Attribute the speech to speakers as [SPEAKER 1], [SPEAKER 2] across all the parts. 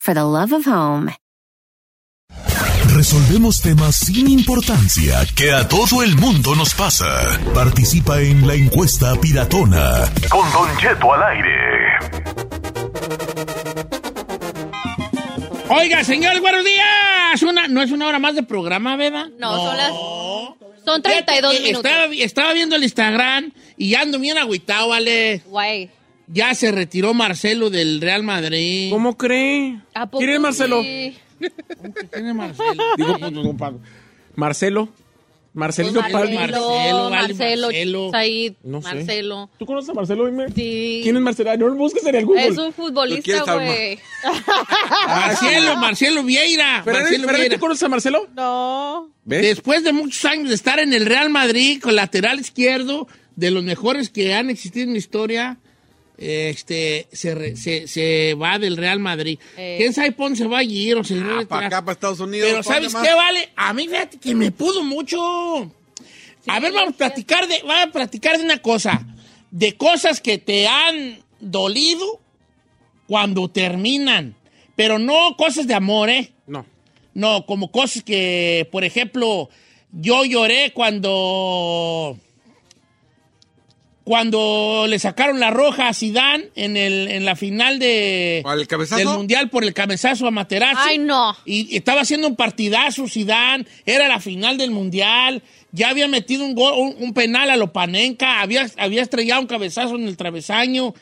[SPEAKER 1] for the love of home.
[SPEAKER 2] Resolvemos temas sin importancia que a todo el mundo nos pasa. Participa en la encuesta piratona. Con Don Cheto al aire.
[SPEAKER 3] Oiga, señor, buenos días. Una, no es una hora más de programa, ¿verdad?
[SPEAKER 4] No, son las. Son 32
[SPEAKER 3] Fíjate que
[SPEAKER 4] minutos.
[SPEAKER 3] Estaba, estaba viendo el Instagram y ando bien agüitado, vale.
[SPEAKER 4] Guay.
[SPEAKER 3] Ya se retiró Marcelo del Real Madrid.
[SPEAKER 5] ¿Cómo cree?
[SPEAKER 4] ¿A poco
[SPEAKER 5] ¿Quién es Marcelo?
[SPEAKER 4] sí?
[SPEAKER 3] ¿Quién es Marcelo?
[SPEAKER 5] Digo, pues, no, pa- Marcelo. Marcelito
[SPEAKER 3] Pues,
[SPEAKER 5] Palma.
[SPEAKER 4] Marcelo,
[SPEAKER 3] Marcelo, vale,
[SPEAKER 4] Marcelo,
[SPEAKER 3] Marcelo.
[SPEAKER 4] Said,
[SPEAKER 5] No sé.
[SPEAKER 4] Marcelo.
[SPEAKER 5] ¿Tú conoces a Marcelo? Dime.
[SPEAKER 4] Sí.
[SPEAKER 5] ¿Quién es Marcelo? Ah, No lo busques en el Google.
[SPEAKER 4] Es un
[SPEAKER 6] ¿Quién
[SPEAKER 4] futbolista,
[SPEAKER 6] está,
[SPEAKER 4] güey.
[SPEAKER 3] Marcelo, Marcelo Vieira.
[SPEAKER 5] Ferrari,
[SPEAKER 3] Marcelo
[SPEAKER 5] Ferrari,
[SPEAKER 3] Vieira.
[SPEAKER 5] ¿tú conoces a Marcelo?
[SPEAKER 7] No.
[SPEAKER 5] ¿Ves?
[SPEAKER 3] Después de muchos años de estar en el Real Madrid con lateral izquierdo, de los mejores que han existido en la historia, este, se, re- se, se va del Real Madrid.
[SPEAKER 4] Eh.
[SPEAKER 3] ¿Quién sabe por dónde se va a ir o
[SPEAKER 5] Ah,
[SPEAKER 3] se va a
[SPEAKER 6] para
[SPEAKER 3] retirar?
[SPEAKER 6] Ah, acá, para Estados Unidos.
[SPEAKER 3] Pero
[SPEAKER 6] ¿pa'
[SPEAKER 3] ¿sabes
[SPEAKER 6] dónde
[SPEAKER 3] qué,
[SPEAKER 6] más?
[SPEAKER 3] Vale? A mí fíjate que me pudo mucho. a ver, vamos a platicar de, vamos a platicar de una cosa. De cosas que te han dolido cuando terminan. Pero no cosas de amor, ¿eh?
[SPEAKER 5] No.
[SPEAKER 3] No, como cosas que, por ejemplo, yo lloré cuando. Cuando le sacaron la roja a Zidane en, el, en la final de,
[SPEAKER 6] ¿Al cabezazo?
[SPEAKER 3] del Mundial por el cabezazo a Materazzi.
[SPEAKER 4] Ay, no.
[SPEAKER 3] Y estaba haciendo un partidazo Zidane, era la final del Mundial, ya había metido un, gol- un, un penal a Lopanenka, había, había estrellado un cabezazo en el travesaño.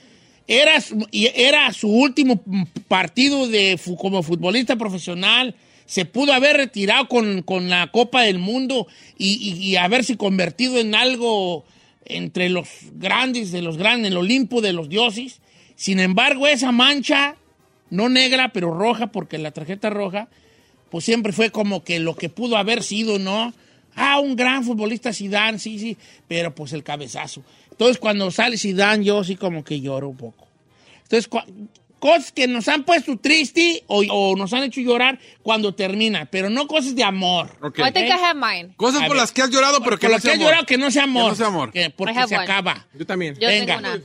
[SPEAKER 3] Era, su- y era su último partido de, fu- como futbolista profesional. Se pudo haber retirado con, con la Copa del Mundo y, y- y haberse convertido en algo entre los grandes de los grandes, el Olimpo de los dioses. Sin embargo, esa mancha no negra, pero roja, porque la tarjeta roja, pues siempre fue como que lo que pudo haber sido, ¿no? Ah, un gran futbolista Zidane, sí, sí, pero pues el cabezazo. Entonces, cuando sale Zidane, yo sí como que lloro un poco. Entonces, cua- cosas que nos han puesto triste o, o nos han hecho llorar cuando termina, pero no cosas de amor.
[SPEAKER 6] Ok.
[SPEAKER 4] I
[SPEAKER 5] ¿Eh?
[SPEAKER 4] think I have mine.
[SPEAKER 6] Cosas
[SPEAKER 3] A
[SPEAKER 6] por
[SPEAKER 3] ver.
[SPEAKER 6] las que has llorado, pero que
[SPEAKER 3] Por
[SPEAKER 6] no
[SPEAKER 3] lo que
[SPEAKER 6] sea
[SPEAKER 3] he
[SPEAKER 6] amor.
[SPEAKER 3] llorado, que no sea amor.
[SPEAKER 6] Que no sea amor.
[SPEAKER 3] que- porque
[SPEAKER 4] I have
[SPEAKER 3] se
[SPEAKER 4] one.
[SPEAKER 3] acaba.
[SPEAKER 5] Yo también.
[SPEAKER 4] Yo
[SPEAKER 3] Venga.
[SPEAKER 4] tengo una.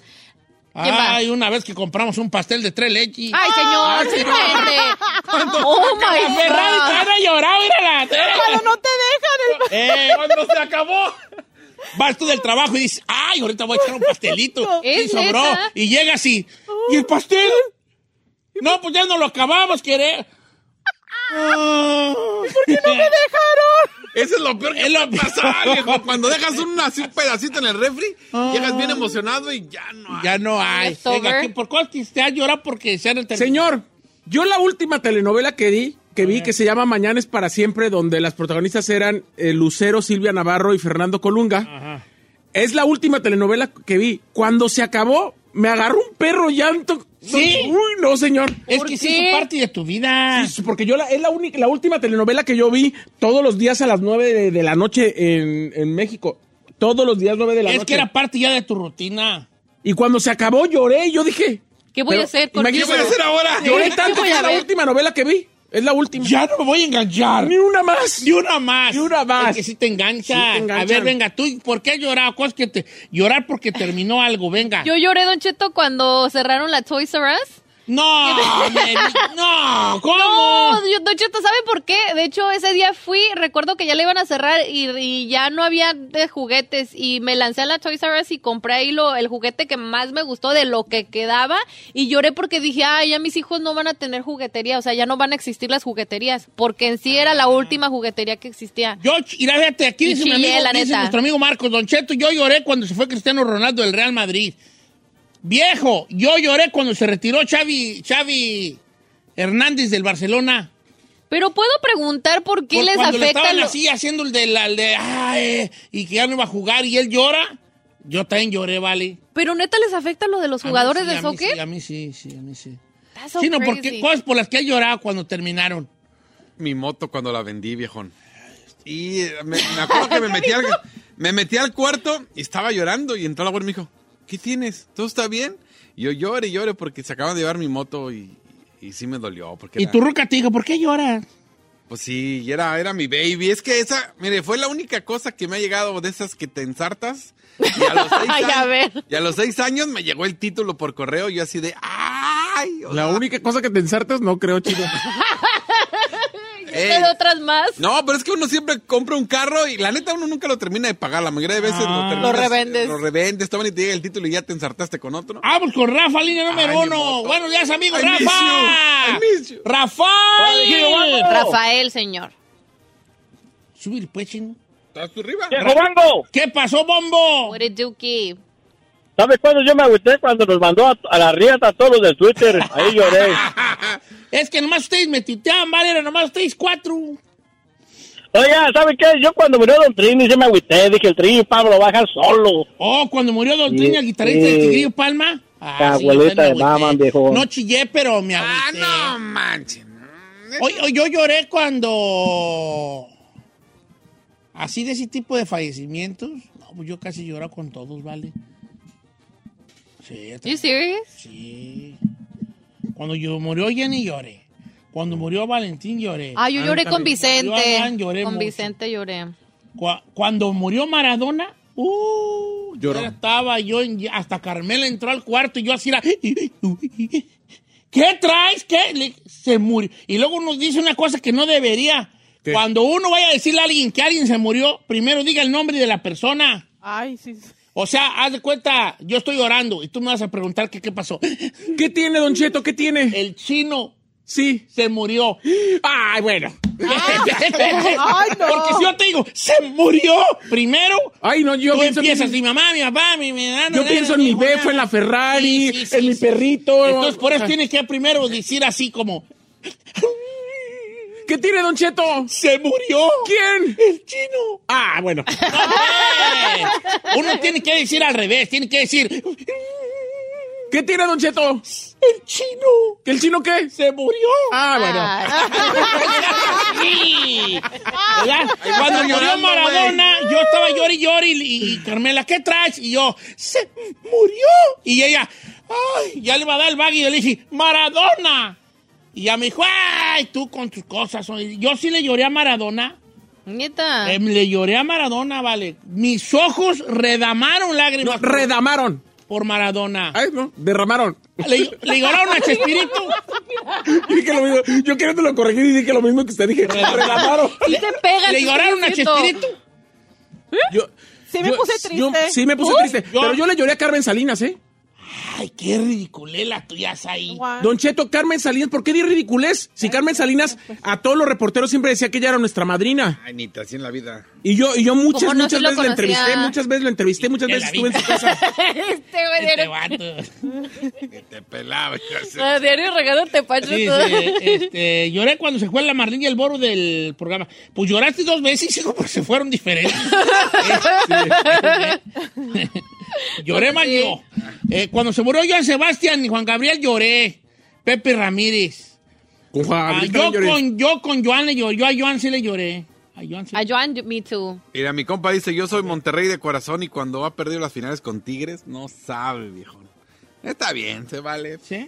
[SPEAKER 4] va?
[SPEAKER 3] Ay, una vez que compramos un pastel de tres leches.
[SPEAKER 4] Ay,
[SPEAKER 5] Ah,
[SPEAKER 4] señor, sí, vende. Oh,
[SPEAKER 3] La
[SPEAKER 4] my
[SPEAKER 3] Ferrari
[SPEAKER 4] God.
[SPEAKER 3] van a llorar, mírala.
[SPEAKER 7] Pero no te dejan. el-
[SPEAKER 3] Eh, cuando se acabó. Vas tú del trabajo y dices, ay, ahorita voy a echar un pastelito. y
[SPEAKER 4] ¿Es
[SPEAKER 3] sobró.
[SPEAKER 4] neta?
[SPEAKER 3] Y llega así. ¿Y el pastel? No, pues ya no lo acabamos, querer. ¿Por qué no me dejas?
[SPEAKER 6] Eso es lo peor que
[SPEAKER 3] Es lo
[SPEAKER 6] puede pasar, viejo. Cuando dejas un, así, un pedacito en el refri, llegas bien emocionado y ya no hay.
[SPEAKER 3] Ya no hay.
[SPEAKER 4] Leftover.
[SPEAKER 3] Venga, ¿qué- ¿por cuál te has llorado? Porque se han determinado?
[SPEAKER 5] Señor, yo la última telenovela que di, que vi que se llama Mañana es para siempre, donde las protagonistas eran eh, Lucero, Silvia Navarro y Fernando Colunga. Es la última telenovela que vi. Cuando se acabó, me agarró un perro llanto.
[SPEAKER 3] ¿Sí?
[SPEAKER 5] Uy, no, señor.
[SPEAKER 3] Es
[SPEAKER 4] ¿Por
[SPEAKER 3] que sí
[SPEAKER 4] qué?
[SPEAKER 3] es parte de tu vida.
[SPEAKER 5] Sí, Porque yo la, es la única, la última telenovela que yo vi todos los días a las 9 de, de la noche en, en México. Todos los días 9 de la
[SPEAKER 3] es
[SPEAKER 5] noche.
[SPEAKER 3] que era parte ya de tu rutina.
[SPEAKER 5] Y cuando se acabó lloré y yo dije,
[SPEAKER 4] ¿Qué voy a
[SPEAKER 5] Pero,
[SPEAKER 4] hacer con
[SPEAKER 5] imagínese-
[SPEAKER 6] ¿Qué voy a hacer ahora?
[SPEAKER 5] lloré
[SPEAKER 4] ¿Qué
[SPEAKER 5] tanto
[SPEAKER 4] voy
[SPEAKER 5] que
[SPEAKER 4] a
[SPEAKER 5] es la
[SPEAKER 4] ver?
[SPEAKER 5] última novela que vi. Es la última.
[SPEAKER 3] Ya no me voy a enganchar.
[SPEAKER 5] Ni una más.
[SPEAKER 3] Y una más.
[SPEAKER 5] Y una más.
[SPEAKER 3] Es que sí te engancha.
[SPEAKER 5] Sí te enganchan.
[SPEAKER 3] A ver, venga, tú, ¿por qué has llorado? Cosas que te... Llorar porque terminó algo, venga.
[SPEAKER 4] Yo lloré, Don Cheto, cuando cerraron la Toys R Us.
[SPEAKER 3] No, me- no, ¿cómo?
[SPEAKER 4] No, yo- Don Cheto, ¿sabe por qué? De hecho, ese día fui, recuerdo que ya le iban a cerrar y, y ya no había de juguetes y me lancé a la Toys R Us y compré ahí lo, el juguete que más me gustó de lo que quedaba y lloré porque dije, ay, ya mis hijos no van a tener juguetería, o sea, ya no van a existir las jugueterías, porque en sí era
[SPEAKER 3] Ah.
[SPEAKER 4] la última juguetería que existía.
[SPEAKER 3] Yo, mira, fíjate,
[SPEAKER 4] Y
[SPEAKER 3] aquí dice, mi
[SPEAKER 4] chillé,
[SPEAKER 3] amigo,
[SPEAKER 4] la
[SPEAKER 3] dice
[SPEAKER 4] neta.
[SPEAKER 3] nuestro amigo Marcos Don Cheto, yo lloré cuando se fue Cristiano Ronaldo del Real Madrid. Viejo, yo lloré cuando se retiró Xavi, Xavi Hernández del Barcelona.
[SPEAKER 4] Pero puedo preguntar por qué
[SPEAKER 3] Por
[SPEAKER 4] les
[SPEAKER 3] cuando le
[SPEAKER 4] afecta.
[SPEAKER 3] estaban
[SPEAKER 4] lo-
[SPEAKER 3] así haciendo el de la el de "Ay, eh", y que ya no iba a jugar y él llora. Yo también lloré, vale.
[SPEAKER 4] Pero neta les afecta lo de los
[SPEAKER 3] A mí
[SPEAKER 4] jugadores
[SPEAKER 3] sí,
[SPEAKER 4] de
[SPEAKER 3] a mí
[SPEAKER 4] soccer.
[SPEAKER 3] sí, a mí sí, sí, a mí sí.
[SPEAKER 4] That's so
[SPEAKER 3] sí, no,
[SPEAKER 4] crazy.
[SPEAKER 3] porque cosas por las que he llorado cuando terminaron.
[SPEAKER 6] Mi moto cuando la vendí, viejón. Y eh, me, me acuerdo que me metí, al, me metí al cuarto y estaba llorando y entró la abuela y me dijo, ¿qué tienes? ¿Todo está bien? Y yo lloré, lloré porque se acaban de llevar mi moto y, y sí me dolió. Porque
[SPEAKER 3] Y
[SPEAKER 6] era-
[SPEAKER 3] tu ruca te dijo, ¿por qué lloras?
[SPEAKER 6] Pues sí, y era, era mi baby. Es que esa, mire, fue la única cosa que me ha llegado de esas que te ensartas. Y a los seis,
[SPEAKER 4] Ay, a
[SPEAKER 6] años,
[SPEAKER 4] ver.
[SPEAKER 6] y a los seis años me llegó el título por correo y yo así de, ¡ay! O
[SPEAKER 5] La
[SPEAKER 6] sea,
[SPEAKER 5] única cosa que te ensartas, no creo, chico.
[SPEAKER 6] eh,
[SPEAKER 4] Pero otras más.
[SPEAKER 6] No, pero es que uno siempre compra un carro y la neta uno nunca lo termina de pagar. La mayoría de veces
[SPEAKER 3] Ah.
[SPEAKER 6] lo, terminas-
[SPEAKER 7] Lo revendes.
[SPEAKER 6] Lo revendes, toman y te llega el título y ya te ensartaste con otro.
[SPEAKER 3] Vamos "Ah, pues con Rafa, línea número
[SPEAKER 6] Ay, mi
[SPEAKER 3] uno.
[SPEAKER 6] moto.
[SPEAKER 3] Buenos días, amigo
[SPEAKER 6] I miss
[SPEAKER 3] Rafa.
[SPEAKER 6] you, I miss you.
[SPEAKER 3] Rafael.
[SPEAKER 4] Rafael, señor.
[SPEAKER 3] Subir, pues, chino.
[SPEAKER 6] ¿Estás tú arriba?
[SPEAKER 8] ¡Viejo Bango!
[SPEAKER 3] ¿Qué pasó, bombo?
[SPEAKER 4] What did you keep?
[SPEAKER 8] ¿Sabes cuándo yo me agüité? Cuando nos mandó a, a la riata a todos los del Twitter. Ahí lloré.
[SPEAKER 3] Es que nomás ustedes me titeaban, vale, era nomás ustedes cuatro.
[SPEAKER 8] Oiga, ¿sabe qué? Yo cuando murió Don Trini, yo me agüité. Dije, el Trini Pablo va a dejar solo.
[SPEAKER 3] Oh, cuando murió Don
[SPEAKER 8] Sí,
[SPEAKER 3] Trini, el guitarrista de
[SPEAKER 8] sí.
[SPEAKER 3] Tigrillo Palma. Ah,
[SPEAKER 8] La
[SPEAKER 3] yo
[SPEAKER 8] abuelita de
[SPEAKER 3] también me agüité.
[SPEAKER 8] Daman, viejo.
[SPEAKER 3] No chillé, pero me
[SPEAKER 6] Ah,
[SPEAKER 3] agüité.
[SPEAKER 6] no manches. Mm,
[SPEAKER 3] Hoy, hoy yo lloré cuando... Así de ese tipo de fallecimientos. No, pues yo casi lloro con todos, ¿vale? Sí,
[SPEAKER 4] You serious?
[SPEAKER 3] sí. Cuando yo murió Jenny lloré. Cuando murió Valentín lloré.
[SPEAKER 4] Ah, yo lloré con
[SPEAKER 3] Yo,
[SPEAKER 4] Vicente.
[SPEAKER 3] Adán, lloré
[SPEAKER 4] con
[SPEAKER 3] mucho.
[SPEAKER 4] Vicente lloré.
[SPEAKER 3] Cua- cuando murió Maradona, uh, yo
[SPEAKER 6] Lloró.
[SPEAKER 3] estaba yo, en- hasta Carmela entró al cuarto y yo así era, ¿qué traes? ¿Qué? Le- se murió. Y luego nos dice una cosa que no debería.
[SPEAKER 5] ¿Qué?
[SPEAKER 3] Cuando uno vaya a decirle a alguien que alguien se murió, primero diga el nombre de la persona.
[SPEAKER 7] Ay, sí. sí.
[SPEAKER 3] O sea, haz de cuenta, yo estoy llorando y tú me vas a preguntar que qué pasó.
[SPEAKER 5] ¿Qué tiene, Don Cheto? ¿Qué tiene?
[SPEAKER 3] El chino
[SPEAKER 5] Sí.
[SPEAKER 3] se murió.
[SPEAKER 5] Ay, bueno.
[SPEAKER 7] Ah. Ay, no.
[SPEAKER 3] Porque si yo te digo, se murió primero,
[SPEAKER 5] Ay, no, yo
[SPEAKER 3] tú
[SPEAKER 5] pienso,
[SPEAKER 3] empiezas,
[SPEAKER 5] en,
[SPEAKER 3] mi mamá, mi papá, mi... mi- na, na,
[SPEAKER 5] yo
[SPEAKER 3] na,
[SPEAKER 5] pienso en
[SPEAKER 3] na,
[SPEAKER 5] mi
[SPEAKER 3] na,
[SPEAKER 5] befo, en la Ferrari,
[SPEAKER 3] Sí, sí, sí,
[SPEAKER 5] en mi
[SPEAKER 3] sí.
[SPEAKER 5] perrito.
[SPEAKER 3] Entonces, por eso
[SPEAKER 5] Ah,
[SPEAKER 3] tienes que primero decir así como,
[SPEAKER 5] ¿Qué tiene, Don Cheto?
[SPEAKER 3] se murió
[SPEAKER 5] ¿Quién?
[SPEAKER 3] el chino.
[SPEAKER 5] Ah, bueno.
[SPEAKER 3] No, hombre. Uno tiene que decir al revés, tiene que decir,
[SPEAKER 5] ¿Qué tiene, Don Cheto?
[SPEAKER 3] el chino
[SPEAKER 5] ¿El chino qué?
[SPEAKER 3] se murió.
[SPEAKER 5] Ah, bueno.
[SPEAKER 3] Sí. ¿Verdad? Cuando murió
[SPEAKER 6] llorando,
[SPEAKER 3] Maradona, yo estaba llori, llori, y, y Carmela, ¿qué traes? Y yo, se murió. Y ella, ay, ya le va a dar el bag y yo le dije, Maradona. Y ya me dijo, ay, tú con tus cosas. oye". Yo sí le lloré a Maradona.
[SPEAKER 4] Nieta.
[SPEAKER 3] Eh, le lloré a Maradona, vale. Mis ojos redamaron
[SPEAKER 5] No,
[SPEAKER 3] lágrimas por-
[SPEAKER 5] redamaron.
[SPEAKER 3] por Maradona.
[SPEAKER 5] Ay, no, derramaron.
[SPEAKER 3] Le, le lloraron a Chespirito.
[SPEAKER 5] Yo dije lo mismo. Yo queriéndolo corregir y dije lo mismo que usted dije. Redamaron.
[SPEAKER 4] Sí te pega el
[SPEAKER 3] Le lloraron a
[SPEAKER 4] chistecito.
[SPEAKER 3] Chespirito.
[SPEAKER 5] Yo,
[SPEAKER 7] Sí me
[SPEAKER 5] yo-
[SPEAKER 7] puse
[SPEAKER 5] yo-
[SPEAKER 7] triste.
[SPEAKER 5] sí, me puse triste.
[SPEAKER 3] yo-
[SPEAKER 5] Pero yo le lloré a Carmen Salinas, ¿eh?
[SPEAKER 3] Ay, qué ridiculela tuya es ahí.
[SPEAKER 7] Guau.
[SPEAKER 5] Don Cheto, Carmen Salinas, ¿por qué di ridiculez? Si Carmen Salinas a todos los reporteros siempre decía que ella era nuestra madrina.
[SPEAKER 6] Ay, ni te así en la vida.
[SPEAKER 5] Y yo, y yo muchas,
[SPEAKER 4] ¿Cómo no se
[SPEAKER 5] muchas
[SPEAKER 4] lo
[SPEAKER 5] veces la entrevisté,
[SPEAKER 4] conocía?
[SPEAKER 5] muchas veces la entrevisté, muchas
[SPEAKER 3] Ya
[SPEAKER 5] veces estuve
[SPEAKER 3] la
[SPEAKER 5] en
[SPEAKER 3] vi.
[SPEAKER 5] su casa.
[SPEAKER 4] Este güey
[SPEAKER 3] Este
[SPEAKER 4] diario-
[SPEAKER 3] vato.
[SPEAKER 6] Ni te pelaba. yo sé.
[SPEAKER 4] a diario regándote pacho
[SPEAKER 3] Dice, este, lloré cuando se fue la Marlene y el Boro del programa. Pues lloraste dos veces, hijo, porque se fueron diferentes. lloré más yo. Eh, cuando se murió Joan Sebastián y Juan Gabriel lloré. Pepe Ramírez.
[SPEAKER 5] Con Juan
[SPEAKER 3] Ah,
[SPEAKER 5] Gabriel
[SPEAKER 3] yo,
[SPEAKER 5] también lloré.
[SPEAKER 3] con, yo con Joan le lloré. Yo a Joan sí le lloré. A Joan sí.
[SPEAKER 4] A Joan, me too.
[SPEAKER 6] Mira, mi compa dice, yo soy Monterrey de corazón y cuando ha perdido las finales con Tigres, no sabe, viejo. Está bien, se vale.
[SPEAKER 3] ¿Sí?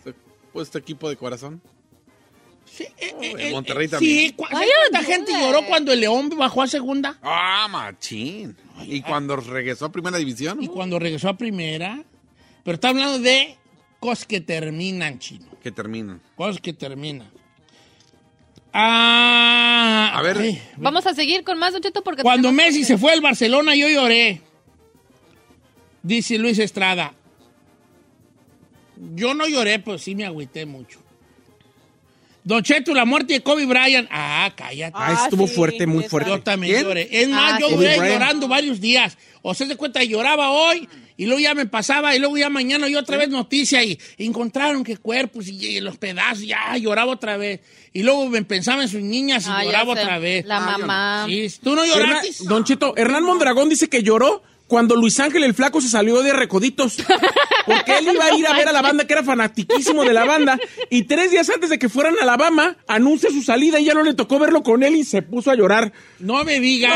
[SPEAKER 6] Pues tu equipo de corazón.
[SPEAKER 3] Sí, eh, eh,
[SPEAKER 6] en
[SPEAKER 3] eh,
[SPEAKER 6] Monterrey
[SPEAKER 3] sí,
[SPEAKER 6] también.
[SPEAKER 3] cua-
[SPEAKER 4] Ay,
[SPEAKER 3] ¿Cuánta
[SPEAKER 4] no,
[SPEAKER 3] gente
[SPEAKER 4] eh.
[SPEAKER 3] lloró cuando el León bajó a segunda?
[SPEAKER 6] Ah, machín. Y cuando regresó a primera división.
[SPEAKER 3] Y cuando regresó a primera. Pero está hablando de cosas que terminan, chino.
[SPEAKER 6] que terminan.
[SPEAKER 3] Cosas que terminan. Ah,
[SPEAKER 6] A ver.
[SPEAKER 3] ay,
[SPEAKER 4] Vamos a seguir con más, Don Cheto, porque...
[SPEAKER 3] Cuando
[SPEAKER 4] tenemos-
[SPEAKER 3] Messi se fue al Barcelona, yo lloré. Dice Luis Estrada. Yo no lloré, pero sí me agüité mucho. Don Cheto, la muerte de Kobe Bryant. Ah, cállate.
[SPEAKER 5] Ah, estuvo fuerte, muy
[SPEAKER 7] esa-
[SPEAKER 5] fuerte.
[SPEAKER 3] Yo también
[SPEAKER 6] ¿Quién?
[SPEAKER 3] lloré. Es más,
[SPEAKER 4] Ah,
[SPEAKER 3] yo
[SPEAKER 4] sí.
[SPEAKER 3] duré
[SPEAKER 5] Kobe Bryant.
[SPEAKER 3] llorando varios días. O sea, se cuenta, lloraba hoy y luego ya me pasaba y luego ya mañana y otra vez noticia y encontraron que cuerpos y, y los pedazos, ya lloraba otra vez. Y luego me pensaba en sus niñas y
[SPEAKER 4] Ah, ya
[SPEAKER 3] lloraba
[SPEAKER 4] sé.
[SPEAKER 3] otra vez.
[SPEAKER 4] La mamá.
[SPEAKER 3] Sí, ¿Tú no
[SPEAKER 5] Hernán-
[SPEAKER 3] lloraste?
[SPEAKER 5] Don Cheto, Hernán Mondragón dice que lloró cuando Luis Ángel el Flaco se salió de Recoditos. Porque él iba a ir a ver a la banda, que era fanatiquísimo de la banda. Y tres días antes de que fueran a Alabama, anuncia su salida y ya no le tocó verlo con él y se puso a llorar.
[SPEAKER 3] No me digas.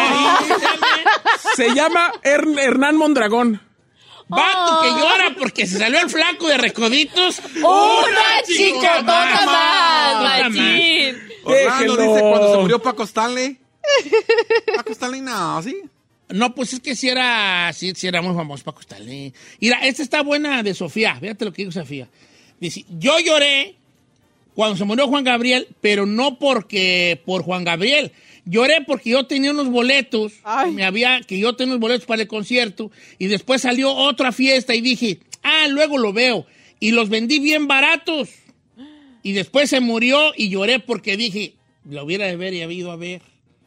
[SPEAKER 5] Se llama Hern- Hernán Mondragón.
[SPEAKER 3] Vato que llora porque se salió el flaco de Recoditos.
[SPEAKER 4] ¡Una chica toca más,
[SPEAKER 3] Otra
[SPEAKER 4] machín!
[SPEAKER 6] Orlando
[SPEAKER 5] Déjenlo.
[SPEAKER 6] dice cuando se murió Paco Stanley. Paco Stanley, no, sí.
[SPEAKER 3] No, pues es que si era, sí, sí era muy famoso Paco Stanley. Mira, esta está buena de Sofía. Fíjate lo que dijo Sofía. Dice, yo lloré cuando se murió Juan Gabriel, pero no porque por Juan Gabriel. Lloré porque yo tenía unos boletos,
[SPEAKER 7] Ay.
[SPEAKER 3] me había, que yo tenía unos boletos para el concierto, y después salió otra fiesta y dije, ah, luego lo veo. Y los vendí bien baratos. Y después se murió y lloré porque dije, lo hubiera de ver y habido a ver.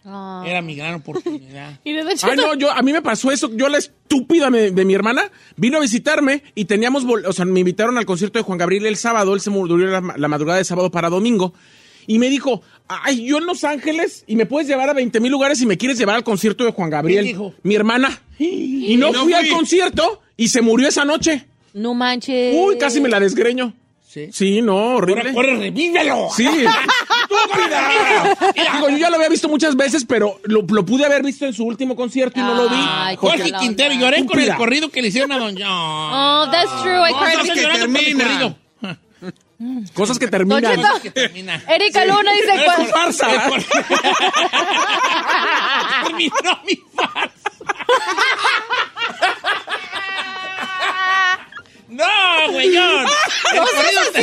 [SPEAKER 4] Ah.
[SPEAKER 3] Era mi gran oportunidad.
[SPEAKER 4] Mire, Don Cheto,
[SPEAKER 5] Ay, no, yo, a mí me pasó eso. Yo, la estúpida me- de mi hermana, vino a visitarme y teníamos, bol- o sea, me invitaron al concierto de Juan Gabriel el sábado. Él se murió la, ma- la madrugada de sábado para domingo. Y me dijo, ay, yo en Los Ángeles y me puedes llevar a 20 mil lugares y me quieres llevar al concierto de Juan Gabriel.
[SPEAKER 3] ¿Quién dijo?
[SPEAKER 5] Mi hermana. Y no,
[SPEAKER 6] no
[SPEAKER 5] fui, al
[SPEAKER 6] fui.
[SPEAKER 5] concierto y se murió esa noche.
[SPEAKER 4] No manches.
[SPEAKER 5] Uy, casi me la desgreño.
[SPEAKER 3] Sí.
[SPEAKER 5] Sí, no, horrible.
[SPEAKER 3] Corre, corre, revívelo.
[SPEAKER 5] Sí. Digo, yo ya lo había visto muchas veces, pero lo, lo pude haber visto en su último concierto y no lo vi.
[SPEAKER 4] Ay,
[SPEAKER 5] porque-
[SPEAKER 3] Jorge Quintero, lloré con el
[SPEAKER 5] Estúpida.
[SPEAKER 3] corrido que le hicieron a Don John.
[SPEAKER 4] Oh, that's true. I
[SPEAKER 3] No,
[SPEAKER 4] cried.
[SPEAKER 3] estás
[SPEAKER 6] que
[SPEAKER 3] llorando por el
[SPEAKER 6] termina.
[SPEAKER 3] corrido.
[SPEAKER 5] Cosas que
[SPEAKER 4] Don
[SPEAKER 5] terminan.
[SPEAKER 4] Cheto.
[SPEAKER 3] Que termina.
[SPEAKER 4] Erika Luna dice...
[SPEAKER 5] Eres
[SPEAKER 4] "Cuando-
[SPEAKER 5] comparsa.
[SPEAKER 3] El cor- Terminó mi farsa. No, güeyón. El corrido te-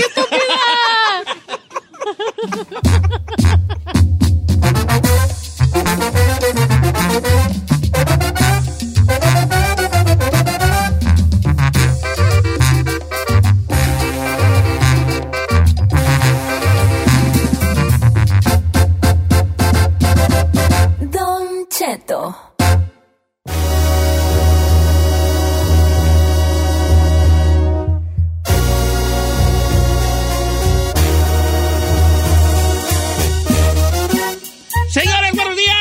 [SPEAKER 9] Don Cheto.
[SPEAKER 3] Señores, buenos días.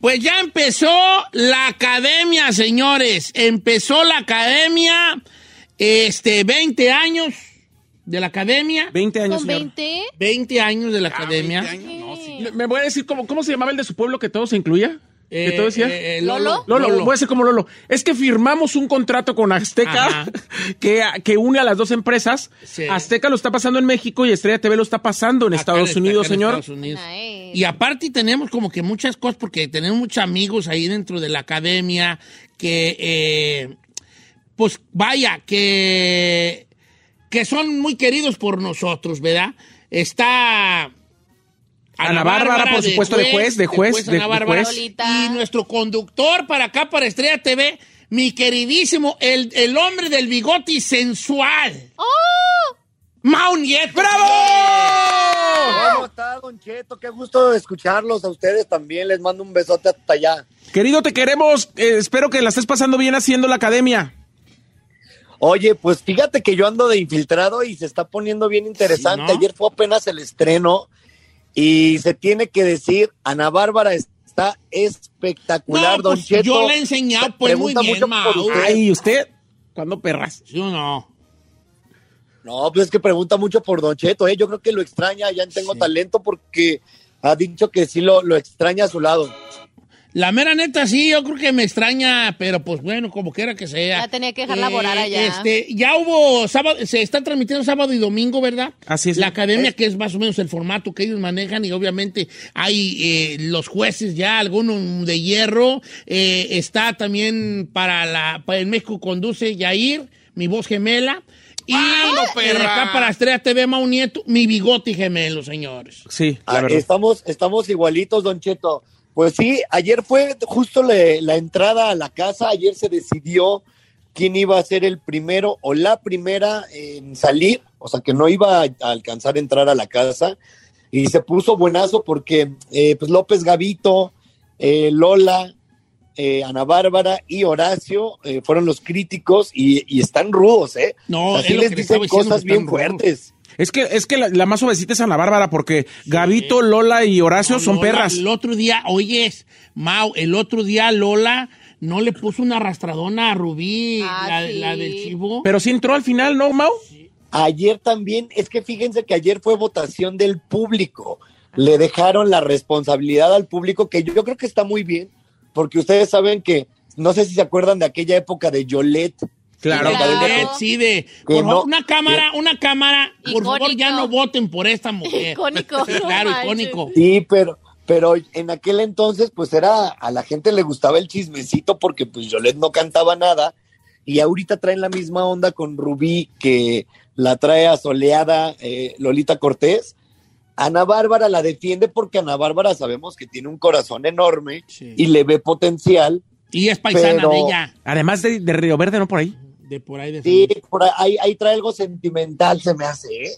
[SPEAKER 3] Pues ya empezó la academia, señores. Empezó la academia, este, 20 años de la academia.
[SPEAKER 5] 20 años,
[SPEAKER 4] ¿Con
[SPEAKER 5] señor.
[SPEAKER 4] 20?
[SPEAKER 3] 20 años de la
[SPEAKER 6] Ah,
[SPEAKER 3] academia.
[SPEAKER 6] 20 años, no, sí.
[SPEAKER 5] Me voy a decir, ¿cómo, ¿cómo se llamaba el de su pueblo que todo se incluía?
[SPEAKER 3] Eh,
[SPEAKER 5] que todo decía.
[SPEAKER 3] eh, eh,
[SPEAKER 5] Lolo, voy a decir como Lolo. Es que firmamos un contrato con Azteca
[SPEAKER 3] Ajá.
[SPEAKER 5] que, que une a las dos empresas.
[SPEAKER 3] Sí.
[SPEAKER 5] Azteca lo está pasando en México y Estrella TV lo está pasando en
[SPEAKER 3] Acá
[SPEAKER 5] Estados
[SPEAKER 3] está,
[SPEAKER 5] Unidos,
[SPEAKER 3] acá en
[SPEAKER 5] señor.
[SPEAKER 3] Estados Unidos.
[SPEAKER 4] Nice.
[SPEAKER 3] Y aparte tenemos como que muchas cosas, porque tenemos muchos amigos ahí dentro de la academia que, eh, pues vaya, que, que son muy queridos por nosotros, ¿verdad? Está...
[SPEAKER 5] Ana Bárbara, por supuesto, de juez, de juez, de-
[SPEAKER 3] Ana
[SPEAKER 5] de
[SPEAKER 3] Bárbara.
[SPEAKER 5] juez.
[SPEAKER 4] Lolita.
[SPEAKER 3] Y nuestro conductor para acá, para Estrella TV, mi queridísimo, el, el hombre del bigote sensual. ¡Oh! Mau Nieto.
[SPEAKER 10] ¿Cómo está, Don Cheto? Qué gusto escucharlos a ustedes también. Les mando un besote hasta allá.
[SPEAKER 5] Querido, te queremos. Eh, espero que la estés pasando bien haciendo la academia.
[SPEAKER 10] Oye, pues fíjate que yo ando de infiltrado y se está poniendo bien interesante.
[SPEAKER 3] Sí, ¿no?
[SPEAKER 10] Ayer fue apenas el estreno y se tiene que decir, Ana Bárbara está espectacular,
[SPEAKER 3] No,
[SPEAKER 10] Don
[SPEAKER 3] pues,
[SPEAKER 10] Cheto.
[SPEAKER 3] yo la he enseñado, pues, muy
[SPEAKER 10] Pregunta
[SPEAKER 3] bien,
[SPEAKER 10] mucho por
[SPEAKER 3] Mau.
[SPEAKER 10] usted.
[SPEAKER 5] Ay, usted, ¿cuándo perras?
[SPEAKER 3] ¿Sí o no?
[SPEAKER 10] No, pues es que pregunta mucho por Don Cheto, ¿eh? Yo creo que lo extraña, ya en tengo talento porque ha dicho que sí lo, lo extraña a su lado.
[SPEAKER 3] La mera neta, sí, yo creo que me extraña, pero pues bueno, como quiera que sea.
[SPEAKER 4] Ya tenía que dejar laborar allá.
[SPEAKER 3] Este, ya hubo sábado, se está transmitiendo sábado y domingo, ¿verdad?
[SPEAKER 5] Así es. Eh,
[SPEAKER 3] La academia, que es más o menos el formato que ellos manejan, y obviamente hay eh, los jueces ya, algunos de hierro. eh, está también para la, para en México conduce Yair, mi voz gemela. Y
[SPEAKER 5] Ah,
[SPEAKER 3] de acá para Estrella TV, Mau Nieto, mi bigote y gemelo, señores.
[SPEAKER 5] Sí,
[SPEAKER 3] la verdad.
[SPEAKER 10] Estamos, estamos igualitos, Don Cheto. Pues sí, ayer fue justo le- la entrada a la casa, ayer se decidió quién iba a ser el primero o la primera en salir, o sea que no iba a a alcanzar a entrar a la casa y se puso buenazo porque eh, pues López Gavito, eh, Lola, eh, Ana Bárbara y Horacio eh, fueron los críticos y, y están rudos, ¿eh?
[SPEAKER 5] No,
[SPEAKER 10] Así
[SPEAKER 5] es lo
[SPEAKER 10] les
[SPEAKER 5] que le
[SPEAKER 10] dicen
[SPEAKER 5] estaba diciendo,
[SPEAKER 10] cosas
[SPEAKER 5] que están
[SPEAKER 10] bien fuertes.
[SPEAKER 5] Es que, es que la, la más suavecita es Ana Bárbara, porque Gabito, Lola y Horacio son
[SPEAKER 3] Lola,
[SPEAKER 5] perras.
[SPEAKER 3] El otro día, oyes, Mau, el otro día Lola no le puso una arrastradona a Rubí, la, la del chivo.
[SPEAKER 5] Pero sí entró al final, ¿no, Mau?
[SPEAKER 10] Ayer también, es que fíjense que ayer fue votación del público. Le dejaron la responsabilidad al público, que yo creo que está muy bien, porque ustedes saben que, no sé si se acuerdan de aquella época de Yolette.
[SPEAKER 3] Claro.
[SPEAKER 10] La cadena que-
[SPEAKER 3] Yolette, sí, de,
[SPEAKER 10] que
[SPEAKER 3] por
[SPEAKER 10] no-
[SPEAKER 3] favor, una cámara,
[SPEAKER 10] que-
[SPEAKER 3] una cámara, por favor, ya no voten por esta mujer.
[SPEAKER 4] Icónico,
[SPEAKER 3] Sí,
[SPEAKER 4] no
[SPEAKER 3] claro,
[SPEAKER 4] manches.
[SPEAKER 3] icónico.
[SPEAKER 10] Sí, pero, pero en aquel entonces, pues era, a la gente le gustaba el chismecito porque pues Yolette no cantaba nada. Y ahorita traen la misma onda con Rubí que la trae a soleada eh, Lolita Cortés. Ana Bárbara la defiende porque Ana Bárbara sabemos que tiene un corazón enorme y le ve potencial.
[SPEAKER 3] Y es paisana
[SPEAKER 10] pero-
[SPEAKER 3] de ella.
[SPEAKER 5] Además de, de Río Verde, ¿no? Por ahí.
[SPEAKER 3] De por ahí de
[SPEAKER 10] Sí, por ahí, ahí trae algo sentimental, se me hace, ¿eh?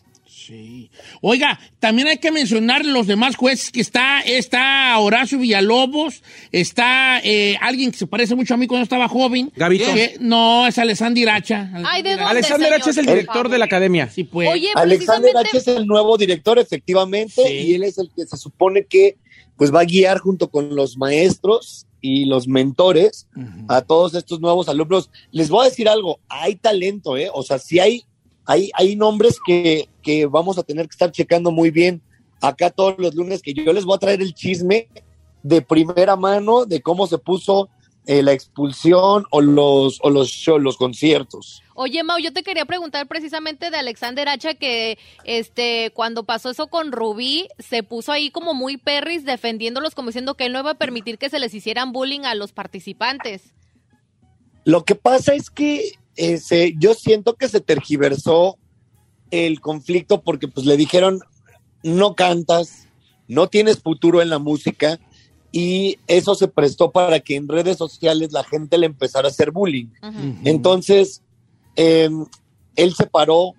[SPEAKER 3] Oiga, también hay que mencionar los demás jueces que está, está Horacio Villalobos, está eh, alguien que se parece mucho a mí cuando estaba joven.
[SPEAKER 5] Gabito.
[SPEAKER 3] Que- no, es Alessandra Iracha.
[SPEAKER 4] Ay, ¿de dónde,
[SPEAKER 5] Alexander
[SPEAKER 4] señor?
[SPEAKER 5] H es el director de la academia.
[SPEAKER 3] Sí, pues.
[SPEAKER 4] Oye,
[SPEAKER 10] Alexander
[SPEAKER 4] precisamente-
[SPEAKER 10] H es el nuevo director, efectivamente, y él es el que se supone que pues va a guiar junto con los maestros y los mentores a todos estos nuevos alumnos. Les voy a decir algo, hay talento, ¿eh? O sea, sí hay, hay, hay nombres que, que vamos a tener que estar checando muy bien acá todos los lunes, que yo les voy a traer el chisme de primera mano de cómo se puso eh, la expulsión o los, o los show- los conciertos.
[SPEAKER 4] Oye, Mau, yo te quería preguntar precisamente de Alexander Hacha que este cuando pasó eso con Rubí, se puso ahí como muy perris defendiéndolos como diciendo que él no iba a permitir que se les hicieran bullying a los participantes.
[SPEAKER 10] Lo que pasa es que eh, se- yo siento que se tergiversó el conflicto porque pues le dijeron no cantas, no tienes futuro en la música y eso se prestó para que en redes sociales la gente le empezara a hacer bullying. Entonces, eh, él se paró